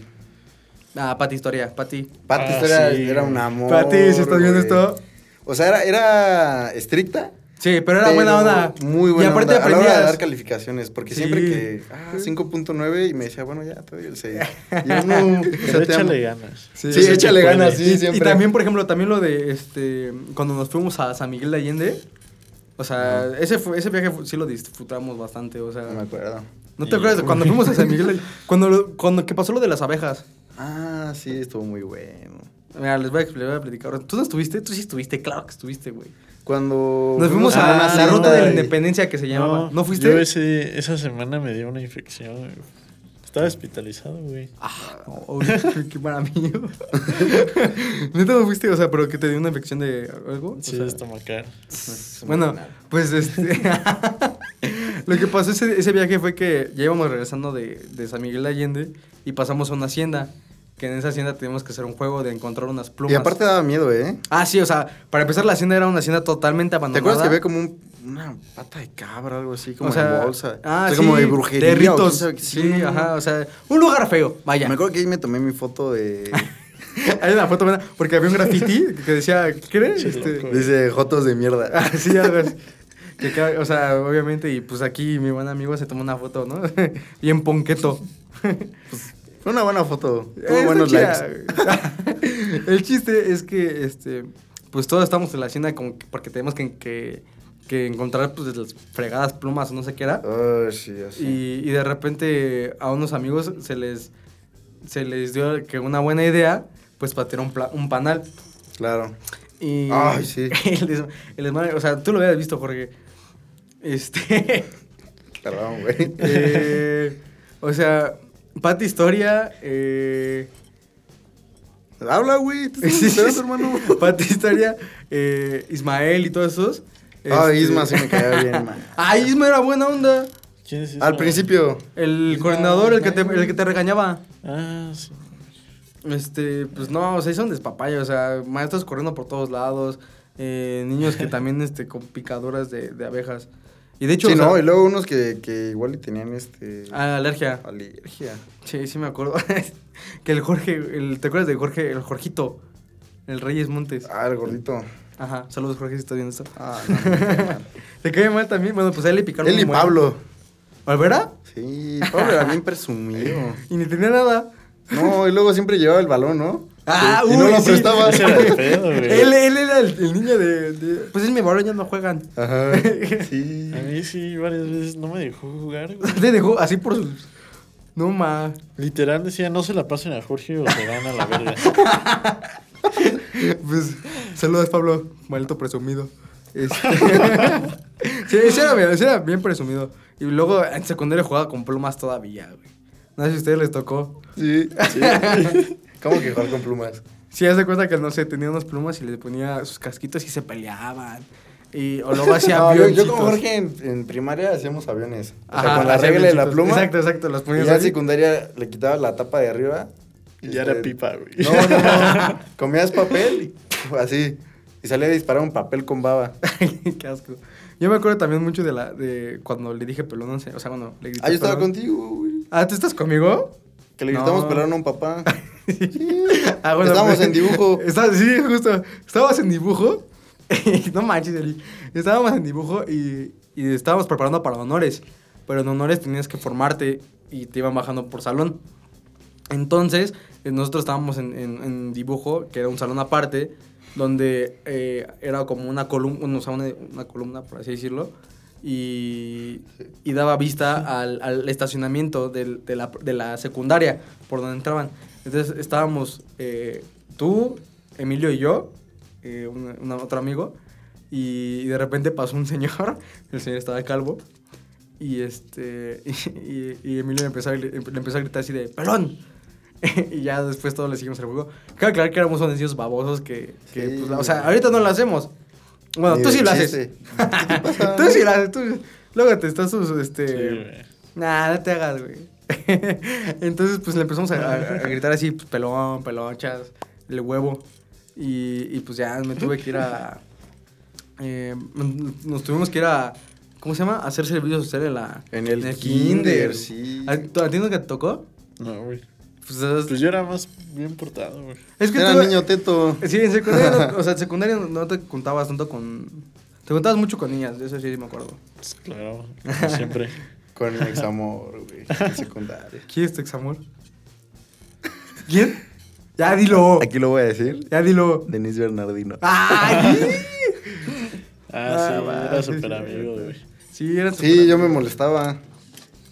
D: Ah, Pati Historia, Pati.
E: Pati
F: Ah,
E: era,
F: sí.
E: era un amor.
D: Pati, si estás viendo
E: güey.
D: esto.
E: O sea, era, era estricta.
D: Sí, pero era buena onda.
E: Muy buena
D: Y aparte
E: onda. A la hora de
D: aprendías.
E: dar calificaciones, porque
D: Sí.
E: siempre que. Ah, 5.9 y me decía, bueno, ya te doy el 6. Y yo, no. o sea,
F: Pero
E: te amo.
F: échale ganas.
E: Sí, échale
F: puede.
E: ganas, sí,
D: y,
E: siempre.
D: y también, por ejemplo, también lo de este cuando nos fuimos a San Miguel de Allende. O sea, ese, fue- ese viaje fue- sí lo disfrutamos bastante. O sea,
E: No me acuerdo.
D: ¿no te acuerdas de cuando fuimos a San Miguel de Cuando, lo- cuando que pasó lo de las abejas.
E: Ah, sí, estuvo muy bueno.
D: Mira, les voy a, les voy a platicar. ¿Tú no estuviste? Tú sí estuviste, claro que estuviste, güey.
E: Cuando.
D: Nos fuimos
F: fuimos a
D: a,
F: una
D: la ruta de la
F: hacienda y-
D: independencia que se llamaba. ¿No, fuiste?
F: Yo ese- esa semana me dio una infección. güey. Estaba hospitalizado, güey.
D: Oh, qué- qué maravilla. Neta no fuiste, o sea, pero que te dio una infección de algo. O
F: Sí,
D: sea,
F: estomacal.
D: bueno, pues este. lo que pasó ese, ese viaje fue que ya íbamos regresando de, de San Miguel de Allende y pasamos a una hacienda. Que en esa hacienda teníamos que hacer un juego de encontrar unas plumas.
E: Y aparte daba miedo, ¿eh?
D: Ah, sí, o sea, para empezar, la hacienda era una hacienda totalmente
E: ¿Te
D: abandonada.
E: acuerdas que había como un- una pata de cabra, algo así, como
D: o sea,
E: en bolsa?
D: Ah,
E: o sea,
D: sí,
E: como de brujería.
D: De
E: o quién
D: ritos.
E: sabe qué.
D: Sí,
E: no, no, no.
D: ajá, o sea, un lugar feo, vaya.
E: Me acuerdo que ahí me tomé mi foto de.
D: Hay una foto buena, porque había un graffiti que decía, ¿qué crees?
F: Sí,
D: Este,
F: loco.
E: Dice Jotos de mierda.
D: así, algo así. Que ca- o sea, obviamente, y pues aquí mi buen amigo se tomó una foto, ¿no? Bien ponqueto.
E: Fue una buena foto.
D: Está
E: Tuvo buenos
D: Eh, chida,
E: likes.
D: güey. El chiste es que, este, pues todos estamos en la hacienda como que- porque tenemos que, que, que encontrar pues las fregadas plumas o no sé qué era.
E: Ay, sí, así.
D: Y, y de repente a unos amigos se les, se les dio que una buena idea, pues para tirar un, pla- un panal.
E: Claro.
D: Y
E: Ay, sí.
D: El, des- el desmadre, o sea, tú lo habías visto, Jorge. Este.
E: Perdón, güey.
D: eh, o sea, Pati Historia. Eh,
E: Habla, güey. Te
D: Sí,
E: estoy
D: sí, sí.
E: esperando, hermano.
D: Pati Historia, eh, Ismael y todos esos.
E: Ah,
D: este-
E: Isma se me caía bien, man.
D: Ah, Isma era buena onda.
F: ¿Quién es esa?
E: Al principio.
D: El
F: Isma,
D: coordinador, el que, te,
F: Ismael.
D: el que te regañaba.
F: Ah, sí.
D: Este, pues no, o sea, hizo un despapayo, o sea, maestros corriendo por todos lados, eh, niños que también, este, con picaduras de, de abejas. Y de hecho,
E: Sí,
D: o sea,
E: no, y luego unos que, que igual y tenían este.
D: ah, alergia.
E: Alergia.
D: Sí, sí me acuerdo. que el Jorge, el, ¿te acuerdas de Jorge, el Jorgito? El Reyes Montes.
E: Ah, el gordito.
D: Ajá. Saludos, Jorge, si estás viendo esto.
E: Ah, no, me cae mal.
D: ¿Te cae mal también? Bueno, pues él y Picardo.
E: Él y
D: muy bueno.
E: Pablo.
D: ¿Olvera?
E: Sí, Pablo era bien presumido.
D: Y ni tenía nada.
E: No, y luego siempre llevaba el balón, ¿no?
D: Ah,
E: y no
D: uy,
E: lo
D: sí.
E: prestaba.
F: Ese era el pedo, güey.
D: Él, él era el, el niño de, de- Pues es mi balón, ya no juegan.
E: Ajá. Sí.
F: A mí sí, varias veces no me dejó jugar, güey.
D: Le dejó así por sus... No, ma.
F: Literal decía, no se la pasen a Jorge o se van a la verga.
D: Pues, saludos, Pablo. Maldito presumido. Este... sí, ese era, bien- ese era bien presumido. Y luego en secundaria jugaba con plumas todavía, güey. No sé si a ustedes les tocó.
E: Sí. ¿Cómo que jugar con plumas?
D: Sí, hace cuenta que, no sé, tenía unas plumas y le ponía sus casquitos y se peleaban. Y, o luego hacía
E: No, yo, yo
D: avioncitos.
E: con Jorge en, en primaria hacíamos aviones. O sea,
D: Ajá,
E: con la
D: hacía
E: regla de la
D: avioncitos.
E: pluma.
D: Exacto, exacto. Las
E: Y
D: ponías
E: ya en
D: así.
E: secundaria le quitabas la tapa de arriba.
F: Y ya
E: Este,
F: era pipa, güey.
E: No, no, no. Comías papel y así. Y salía a disparar un papel con baba.
D: Qué asco. Yo me acuerdo también mucho de la de cuando le dije pelón, o sea, cuando le grité
E: Ah, yo estaba
D: pelón.
E: contigo, güey.
D: Ah, ¿tú estás conmigo?
E: Que le gritamos
D: No.
E: pelón a un papá.
D: Ah,
E: Estábamos
D: pues,
E: en dibujo.
D: está- sí, justo. Estábamos en dibujo. no manches, Eli. Estábamos en dibujo y, y estábamos preparando para honores. Pero en honores tenías que formarte y te iban bajando por salón. Entonces, eh, nosotros estábamos en, en- en dibujo, que era un salón aparte, donde eh, era como una columna, o sea, una, una columna, por así decirlo, y, y daba vista al, al estacionamiento del- de, la, de la secundaria, por donde entraban. Entonces, estábamos eh, tú, Emilio y yo, eh, una- una- otro amigo, y, y de repente pasó un señor, el señor estaba calvo, y este. Y, y Emilio le empezó, a, gri- em, le empezó a gritar así de ¡Pelón! y ya después todos le seguimos el juego. Cabe aclarar que éramos unos niños babosos que. que,
E: Sí.
D: pues, la- o sea, ahorita no lo hacemos. Bueno,
E: Ni
D: tú
E: de
D: sí lo haces.
E: chiste. ¿Qué te pasa?
D: tú sí lo haces. Tú, luego te estás. sus- Este,
F: Sí, güey.
D: Nah, no te hagas, güey. Entonces, pues le empezamos a, a- a gritar así, pues, pelón, pelochas, el huevo. Y, y, pues ya me tuve que ir a. eh, m- nos tuvimos que ir a. ¿Cómo se llama? A hacer servicio social en la.
E: En el kinder, sí.
D: ¿A, tú- a ti nunca te tocó?
F: No, güey.
D: Pues, es-
F: Pues yo era más bien portado, güey.
D: es que
E: Era
D: tú-
E: niño teto.
D: Sí, en secundaria, no- o sea, en secundaria no te contabas tanto con. Te contabas mucho con niñas, de eso sí me acuerdo.
F: Pues claro, como siempre.
E: Con mi examor, güey. En secundaria.
D: ¿Quién es tu examor? ¿Quién? Ya dilo.
E: Aquí lo voy a decir.
D: Ya dilo.
E: Denis Bernardino.
D: ¡Ay!
F: Ah, sí,
D: Ah, va,
F: era
D: sí,
F: súper
D: sí,
F: amigo,
D: sí.
F: güey.
D: Sí, eran
E: Sí, yo me molestaba.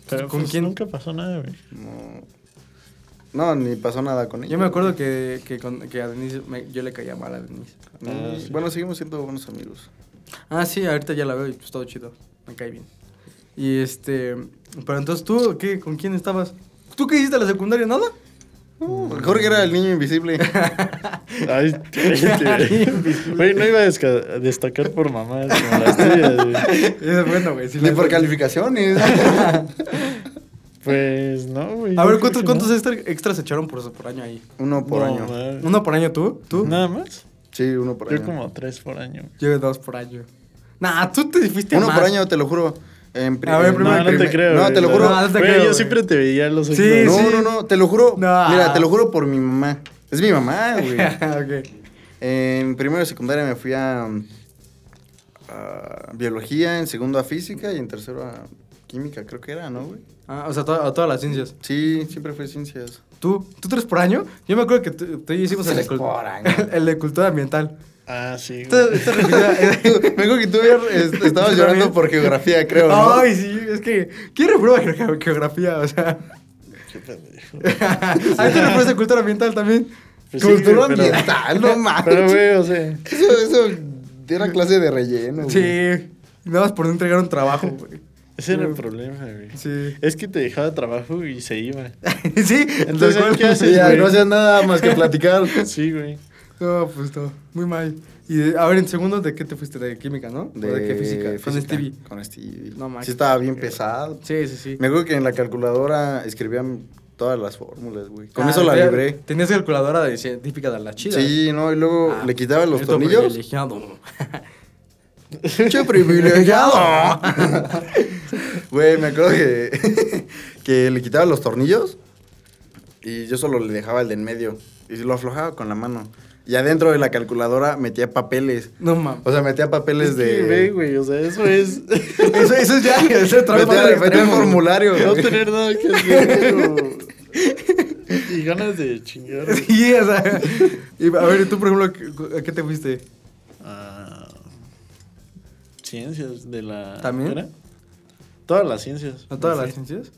F: Pero
D: ¿Con
F: ¿Con
D: quién?
F: nunca pasó nada, güey.
E: No, no ni pasó nada con ella.
D: Yo me acuerdo que, que, con- que a Denise me- yo le caía mal a Denise.
E: No,
F: Ah, sí.
E: Bueno, seguimos siendo buenos amigos.
D: Ah, sí, ahorita ya la veo y pues todo chido. Me cae bien. Y este. Pero entonces tú, ¿qué? ¿Con quién estabas? ¿Tú qué hiciste en la secundaria? ¿Nada? Mm.
E: Jorge era el niño invisible.
F: Ay, cállate, güey. Güey, no iba a desca- a destacar por mamás como las tuyas, güey.
D: Es bueno, güey. sí,
E: Ni
D: la-
E: por calificaciones.
F: Pues no, güey.
D: A
F: yo
D: ver,
F: creo
D: ¿cuántos,
F: que
D: cuántos
F: no.
D: extra- extras echaron por, por año ahí?
E: Uno por
F: No,
E: año.
F: mames.
D: ¿Uno por año tú? ¿Tú?
F: ¿Nada más?
E: Sí, uno por
F: Yo
E: año.
F: como tres por año. güey.
D: Yo dos por año. Nah, tú te fuiste
E: Uno
D: más.
E: por año, te lo juro. En pri-
D: A ver,
E: en
D: primero-
E: primer-
F: No, no te creo.
E: No,
F: güey.
E: te lo juro.
D: eh. No, no te
F: Güey,
D: creo,
F: Yo
D: güey.
F: siempre te veía en los
D: Sí,
F: extras.
E: No,
D: sí.
E: no, no, te lo juro.
D: No.
E: Mira, te lo juro por mi mamá. Es mi mamá, güey.
D: ok.
E: En primero de secundaria me fui a, mm, a biología, en segundo a física y en tercero a química, creo que era, ¿no, güey?
D: Ah, o sea, to- a todas las ciencias.
E: Sí, siempre fue ciencias.
D: ¿Tú? ¿Tú tres por año? Yo me acuerdo que tú, tú y yo hicimos el de, cult-
E: Tres por año.
D: el de cultura ambiental.
F: Ah, sí.
D: Esto-
F: güey.
D: esto refirió a-
E: Me acuerdo que tú es- estabas llorando por geografía, creo, ¿no?
D: Ay, sí, es que. ¿Quién reprueba geogra- geografía? O sea.
F: Qué pendejo.
D: Ahí te refieres a cultura ambiental también.
F: Pues sí, güey,
E: Cultura
F: pero-
E: ambiental, no mames.
F: Pero, güey, o sea.
E: Eso, eso era clase de relleno, güey.
D: Sí. Nada más por no entregar un trabajo, güey.
F: Ese era el problema, güey.
D: Sí.
F: Es que te dejaba trabajo y se iba.
D: sí,
F: Entonces,
D: tal cual.
F: ¿qué haces?
E: Sí, ya,
F: güey.
E: no hacías nada más que platicar.
F: Sí, güey.
D: No, pues no. Muy mal. Y de- a ver, en segundo, ¿de qué te fuiste? ¿De química, no? ¿O ¿De, qué física? Con Stevie.
E: Con Stevie.
D: No mames.
E: Sí, estaba bien pesado.
D: Sí, sí, sí.
E: Me acuerdo que en la calculadora escribían todas las fórmulas, güey. Con
D: Ah,
E: eso la
D: te-
E: libré.
D: Tenías calculadora de científica de Ah, la chida. ¿eh?
E: Sí, no, y luego le quitaba los tornillos.
D: Pinche privilegiado.
E: Güey, me acuerdo que, que le quitaba los tornillos y yo solo le dejaba el de en medio y lo aflojaba con la mano. Y adentro de la calculadora metía papeles.
D: No mames.
E: O sea, metía papeles
F: Es que,
E: de.
F: ve, güey, o sea, eso es
E: Eso, eso es ya, eso es trampa.
D: Metía-
E: Metía,
D: metía
E: el formulario.
F: no tener nada que hacer. güey, o- Y ganas de chingar. güey.
D: Sí, o sea. y, a ver, tú, por ejemplo, ¿a qué te fuiste?
F: Ah, ciencias de la.
D: ¿También?
F: ¿qué era? Todas las ciencias.
D: ¿A todas
F: Sí.
D: las ciencias?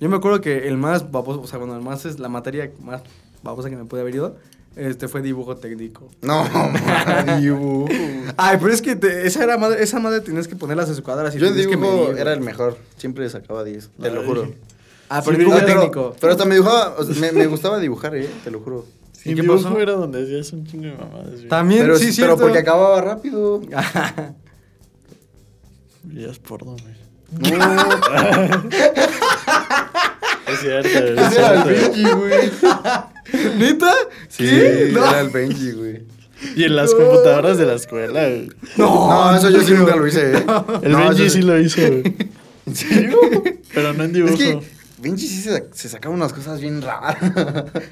D: Yo me acuerdo que el más baboso, o sea, bueno, el más es la materia más babosa que me puede haber ido, este fue dibujo técnico.
E: No, man, dibujo.
D: Ay, pero es que te- esa, era madre, esa madre tenías que ponerlas en su cuadra.
E: Yo en
D: que
E: dibujo
D: medir,
E: era el
D: güey.
E: mejor. Siempre sacaba 10, te lo
F: Ay.
E: juro.
D: Ah, pero
E: Sí,
D: dibujo
E: ah, pero-
D: técnico.
E: Pero hasta me dibujaba, o sea, me, me gustaba dibujar, eh, te lo juro.
F: Y
D: ¿Y qué
F: dibujo
D: pasó?
F: era donde hacías un chingo de mamadas. güey.
D: También,
E: Pero,
D: sí,
E: pero
D: cierto.
E: porque acababa rápido.
F: Y es porno, güey. es cierto,
E: Ese
F: güey, es
E: era el
F: cierto.
E: Benji, güey.
D: ¿Neta?
E: Sí,
D: ¿Qué? No.
E: era el Benji, güey.
F: Y en las computadoras de la escuela, güey.
E: No, eso yo sí nunca lo hice, eh.
F: El
E: No,
F: Benji
E: eso
F: sí lo hizo, güey. ¿En serio? Pero no en dibujo.
E: Es que Benji sí se, se sacaba unas cosas bien raras.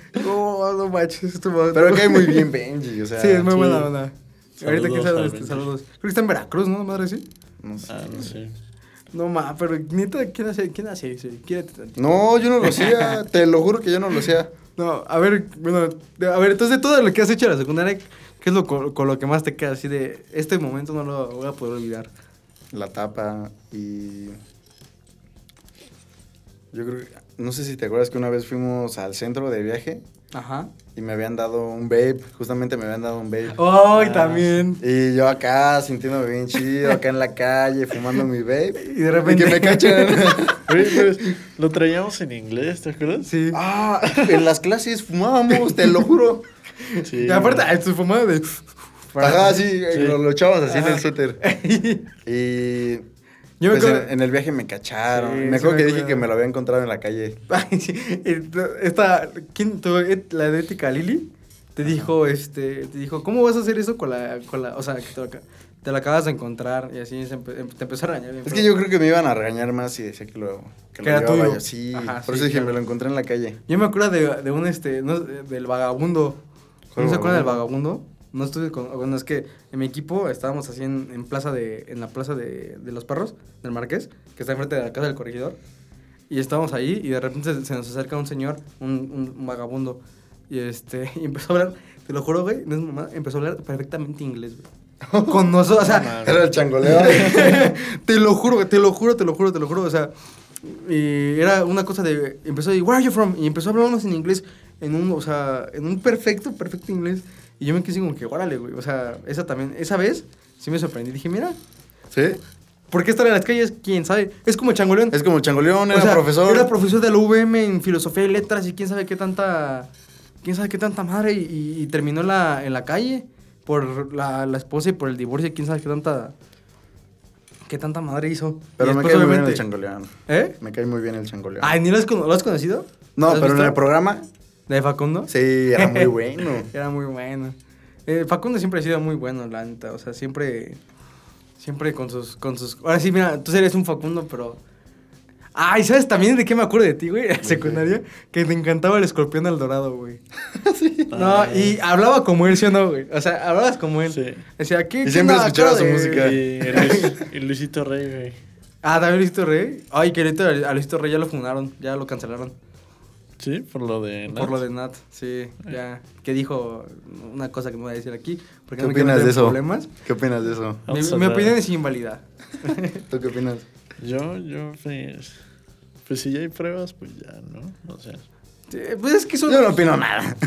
D: No, no manches, tu madre.
E: Pero cae muy bien Benji, o sea.
D: Sí, es muy
F: Sí.
D: buena onda. Ahorita que
F: Saludos
D: salen
F: al
D: este,
F: Benji.
D: saludos. Creo que está en Veracruz, ¿no, madre? Sí.
E: No, sé.
F: Ah, no sé.
D: No, ma, pero neta, ¿quién hace? ¿Quién hace? eso? Quédate tantito.
E: No, yo no lo hacía. te lo juro que yo no lo hacía.
D: No, a ver, bueno, de- a ver, entonces de todo lo que has hecho en la secundaria, ¿qué es lo co- con lo que más te queda así de este momento no lo voy a poder olvidar?
E: La tapa y. Yo creo que. No sé si te acuerdas que una vez fuimos al centro de viaje
D: Ajá.
E: y me habían dado un vape. Justamente me habían dado un vape.
D: ¡Ay,
F: Oh,
D: también!
E: Y yo acá sintiéndome bien chido, acá en la calle, fumando mi vape.
D: Y de repente-
E: que me cachan.
F: Güey, pues, lo traíamos en inglés, ¿te acuerdas?
D: Sí.
E: ah, en las clases fumábamos, te lo juro.
F: Sí.
D: y aparte, ay, tu fumada de...
E: Ajá, sí, eh, Lo, lo echábamos así en
D: Ajá.
E: el suéter. Y.
D: Yo me
E: pues,
D: acuerdo-
E: en, en el viaje me cacharon.
D: Sí, sí
E: me acuerdo
D: me
E: que dije
D: acuerdo.
E: que me lo había encontrado en la calle.
D: Ay, sí. Y Esta, ¿quién, tu- et- la de ética Lili, te dijo, este, te dijo, ¿cómo vas a hacer eso con la, con la, o sea, que te lo, aca- te la acabas de encontrar y así se empe- em- te empezó a regañar bien.
E: Es
D: feo.
E: que yo creo que me iban a regañar más si decía que lo.
D: Que
E: Que,
D: era
E: lo llevaba
D: tuyo.
E: yo. Sí,
D: Ajá,
E: por
D: sí,
E: eso dije,
D: claro.
E: me lo encontré en la calle.
D: Yo me acuerdo de, de un, este, no, del vagabundo.
E: ¿Cuál
D: ¿No se acuerdan del
E: vagabundo?
D: vagabundo? No estuve con, bueno, es que en mi equipo estábamos así en, en plaza de, en la plaza de, de los perros, del Marqués, que está enfrente de la casa del corregidor. Y estábamos ahí y de repente se, se nos acerca un señor, un, un- un vagabundo. Y este, y empezó a hablar, te lo juro, güey, no es mamá, empezó a hablar perfectamente inglés, güey. Con nosotros, o sea,
E: Era el changoleo.
D: te lo juro, güey, te lo juro, te lo juro, te lo juro. O sea, y era una cosa de. Empezó de, ¿Where are you from? Y empezó a hablarnos en inglés, en un, o sea, en un perfecto, perfecto inglés. Y yo me quedé así como que, órale, güey. O sea, esa también, esa vez sí me sorprendí. Dije, mira,
E: ¿Sí?
D: ¿por qué estar en las calles? ¿Quién sabe? Es como changoleón.
E: Es como el changoleón,
D: O
E: era
D: sea,
E: profesor.
D: Era profesor de la UVM en filosofía y letras y quién sabe qué tanta. Quién sabe qué tanta madre. Y, y- y terminó en la, en la calle por la, la esposa y por el divorcio. Quién sabe qué tanta. Qué tanta madre hizo.
E: pero
D: Y
E: me
D: después,
E: cae muy bien
D: obviamente-
E: el changoleón.
D: ¿Eh?
E: Me cae muy bien el changoleón.
D: Ay, ¿ni lo has, cono- lo has conocido?
E: no,
D: ¿Lo has
E: pero en
D: visto?
E: el programa,
D: ¿De Facundo?
E: sí, era muy bueno.
D: Era muy bueno. Eh, Facundo siempre ha sido muy bueno, la neta. O sea, siempre. Siempre con sus, con sus. Ahora sí, mira, tú eres un Facundo, pero. Ay, ¿sabes también de qué me acuerdo de ti, güey? En la secundaria. Que te encantaba el escorpión al dorado, güey. No, y hablaba como él, ¿sí o no, güey? O sea, hablabas como él.
F: Sí.
D: Decía, ¿qué?
E: Y
D: qué
E: siempre
D: onda,
E: escuchaba
D: cara
E: su
D: de-
F: Y,
E: música.
F: el Luis- y Luisito Rey, güey.
D: Ah, también Luisito Rey. Ay, que ahorita a Luisito Rey ya lo fundaron, ya lo cancelaron.
F: Sí, por lo de.
D: Por lo
F: Nats.
D: de Nat, sí, ya. Que dijo una cosa que no voy a decir aquí. Porque
E: Eh. ¿Qué
D: no me quiero
E: opinas
D: meter
E: de
D: en
E: eso?
D: Problemas.
E: ¿Qué opinas de eso?
D: Mi,
F: Vamos a
D: mi
F: hablar.
D: opinión es inválida.
E: ¿Tú qué opinas?
F: Yo, yo, pues. Pues si ya hay pruebas, pues ya, ¿no? O sea.
D: Sí, Pues es que es un,
E: Yo no opino nada.
D: es que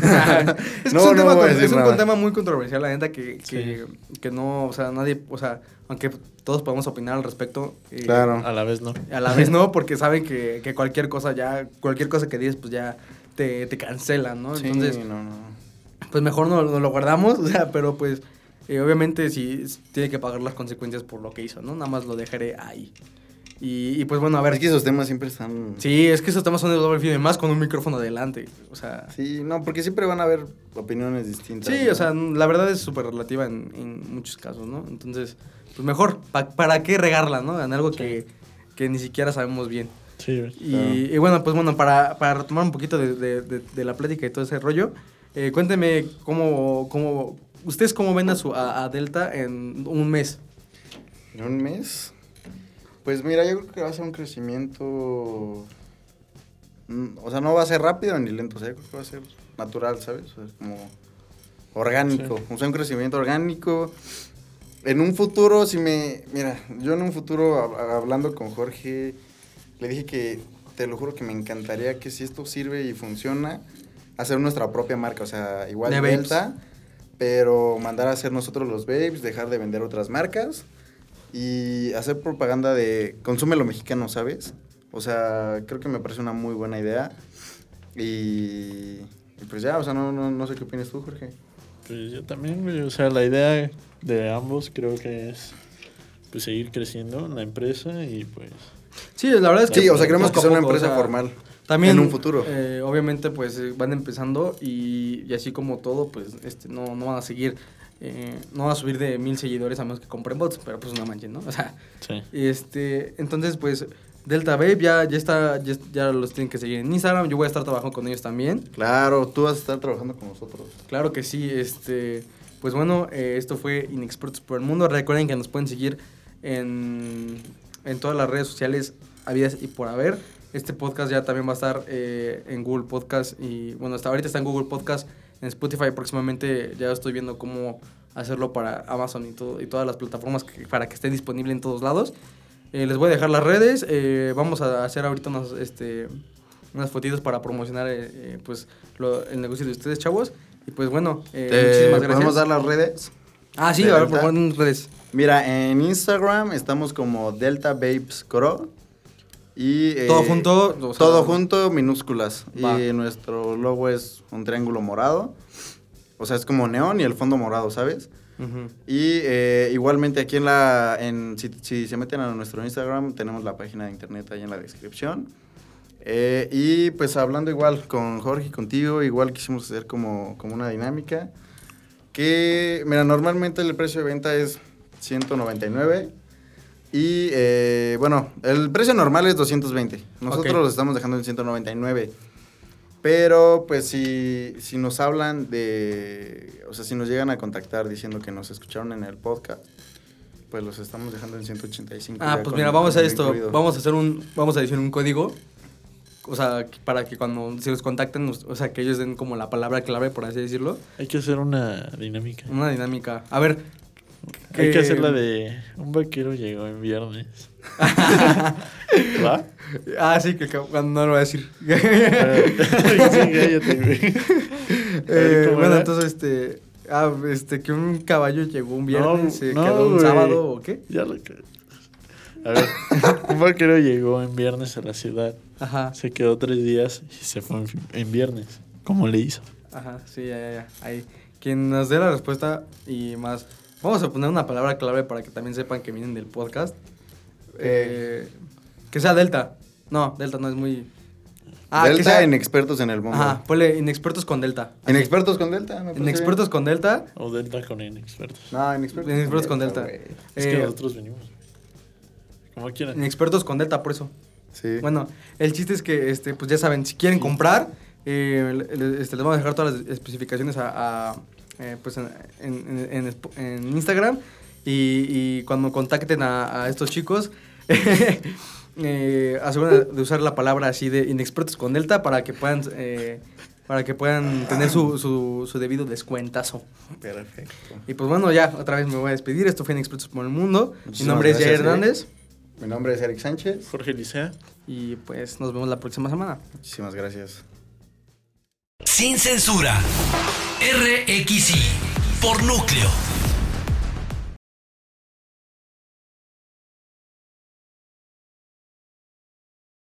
E: No,
D: es un,
E: no
D: tema,
E: voy a
D: con-
E: decir
D: es un
E: nada.
D: tema muy controversial, la neta, que, que, que no, o sea, nadie, o sea, aunque todos podemos opinar al respecto. eh,
E: Claro.
F: A la vez no.
D: A la vez no, porque saben que, que cualquier cosa ya, cualquier cosa que dices, pues ya te, te cancelan, ¿no?
E: Sí,
D: Entonces,
E: no, no.
D: pues mejor no, no lo guardamos, o sea, pero pues eh, obviamente sí s- tiene que pagar las consecuencias por lo que hizo, ¿no? Nada más lo dejaré ahí. Y, y, pues bueno, a ver.
E: Es que esos temas siempre están.
D: Sí, es que esos temas son de doble filo, y más con un micrófono adelante, o sea...
E: Sí, no, porque siempre van a haber opiniones distintas.
D: Sí,
E: ¿no?
D: o sea, la verdad es súper relativa en, en muchos casos, ¿no? Entonces, pues mejor, pa- ¿para qué regarla, no? En algo que, que ni siquiera sabemos bien.
F: Sí, güey.
D: Y, y bueno, pues bueno, para, para retomar un poquito de, de- de- de la plática y todo ese rollo, Eh, cuénteme cómo, cómo, ustedes cómo ven a, su, a, a Delta en un mes.
E: ¿En un mes? Pues mira, yo creo que va a ser un crecimiento. mm, O sea, no va a ser rápido ni lento, o sea, yo creo que va a ser natural, ¿sabes? O sea, como orgánico.
F: Sí.
E: O sea, un crecimiento orgánico. En un futuro, si me. Mira, yo en un futuro, hab- hab- hablando con Jorge, le dije que te lo juro que me encantaría que si esto sirve y funciona, hacer nuestra propia marca. O sea, igual
D: De vapes.
E: Delta, pero mandar a hacer nosotros los babes, dejar de vender otras marcas y hacer propaganda de consume lo mexicano, ¿sabes? O sea, creo que me parece una muy buena idea. Y, y pues ya, o sea, no, no, no sé qué opinas tú, Jorge.
F: Pues yo también, güey, o sea, la idea de ambos creo que es pues seguir creciendo en la empresa y pues
D: Sí, la verdad es que...
E: Sí, o sea, queremos
D: poco
E: que
D: a
E: sea una
D: poco, o
E: empresa
D: sea,
E: formal.
D: También,
E: En un futuro.
D: eh, obviamente, pues eh, van empezando y, y así como todo, pues este, no, no van a seguir, eh, no van a subir de mil seguidores a menos que compren bots, pero pues no manchen, ¿no? O sea,
F: sí.
D: este, entonces, pues Delta Babe ya, ya está, ya, ya los tienen que seguir en Instagram, yo voy a estar trabajando con ellos también.
E: Claro, tú vas a estar trabajando con nosotros.
D: Claro que sí, este, pues bueno, eh, esto fue Inexpertos por el Mundo, recuerden que nos pueden seguir en, en todas las redes sociales habidas y por haber. Este podcast ya también va a estar eh, en Google Podcast y bueno, hasta ahorita está en Google Podcast, en Spotify próximamente ya estoy viendo cómo hacerlo para Amazon y, todo, y todas las plataformas que- para que esté disponible en todos lados. Eh, les voy a dejar las redes, eh, vamos a hacer ahorita unas, este, unas fotitos para promocionar eh, eh, pues, lo- el negocio de ustedes, chavos. Y pues bueno, eh, muchísimas gracias.
E: ¿Podemos dar las redes?
D: Ah, sí,
E: de
D: a ver,
E: Delta?
D: por favor, en redes.
E: Mira, en Instagram estamos como Delta Babes Coro. Y, eh,
D: Todo junto, o sea-
E: todo junto, minúsculas.
D: Va.
E: Y nuestro logo es un triángulo morado. O sea, es como neón y el fondo morado, ¿sabes? Y eh, igualmente aquí en la... En, si, si se meten a nuestro Instagram, tenemos la página de internet ahí en la descripción. Eh, y pues hablando igual con Jorge y contigo, igual quisimos hacer como, como una dinámica. Que, mira, normalmente el precio de venta es 199. Y eh, bueno, el precio normal es 220. Nosotros
D: Ok.
E: los estamos dejando en 199. Pero pues si, si nos hablan de, o sea, si nos llegan a contactar diciendo que nos escucharon en el podcast, pues los estamos dejando en 185.
D: Ah,
E: ya
D: pues
E: con-
D: mira, vamos a
E: con
D: esto.
E: incluido.
D: Vamos a hacer un. Vamos a decir un código. O sea, que- para que cuando se los contacten, o sea, que ellos den como la palabra clave, por así decirlo.
F: Hay que hacer una dinámica.
D: Una dinámica. A ver.
F: Hay
D: que-
F: que hacer la de un vaquero llegó en viernes. ¿Va?
D: Ah, sí, que ca- cuando no lo voy a decir.
F: sí, cállate, güey.
D: Eh,
F: eh, ¿Cómo
D: bueno,
F: era?
D: entonces, este. Ah, este, que un caballo llegó un viernes,
F: No,
D: se
F: no,
D: quedó un
F: güey.
D: sábado o qué.
F: Ya lo que- A ver, un vaquero llegó en viernes a la ciudad,
D: Ajá,
F: se quedó tres días y se fue en, en viernes. ¿Cómo le hizo?
D: ajá, sí, ya, ya, ya. Ahí. Quien nos dé la respuesta y más. Vamos a poner una palabra clave para que también sepan que vienen del podcast. Eh, que sea Delta. No, Delta no es muy. Ah, que
E: Delta Ah,
D: sea-
E: en expertos en el mundo.
D: Ajá, ponle inexpertos con Delta.
E: En expertos con Delta. me parece bien.
D: Inexpertos con Delta.
F: O Delta con inexpertos.
E: No, en expertos.
D: Inexpertos con Delta.
E: güey.
F: Es
D: Eh,
F: que nosotros venimos. Como quieran.
D: Inexpertos con Delta, por eso.
E: Sí.
D: Bueno, el chiste es que, este, pues ya saben, si quieren comprar, eh, le- le- este, les vamos a dejar todas las especificaciones a, a, eh, pues en, en- en- en Sp- en Instagram. Y, y cuando contacten a, a estos chicos, eh, aseguren de usar la palabra así de inexpertos con Delta para que puedan, eh, para que puedan tener su, su, su debido descuentazo.
E: Perfecto.
D: Y pues bueno, ya otra vez me voy a despedir. Esto fue Inexpertos por el Mundo. Mi
E: Muchísimas
D: nombre es Jair
E: gracias, Eric.
D: Hernández.
E: Mi nombre es Eric Sánchez.
F: Jorge Licea.
D: Y pues nos vemos la próxima semana.
E: Muchísimas gracias.
B: Sin censura. RXI. Por núcleo.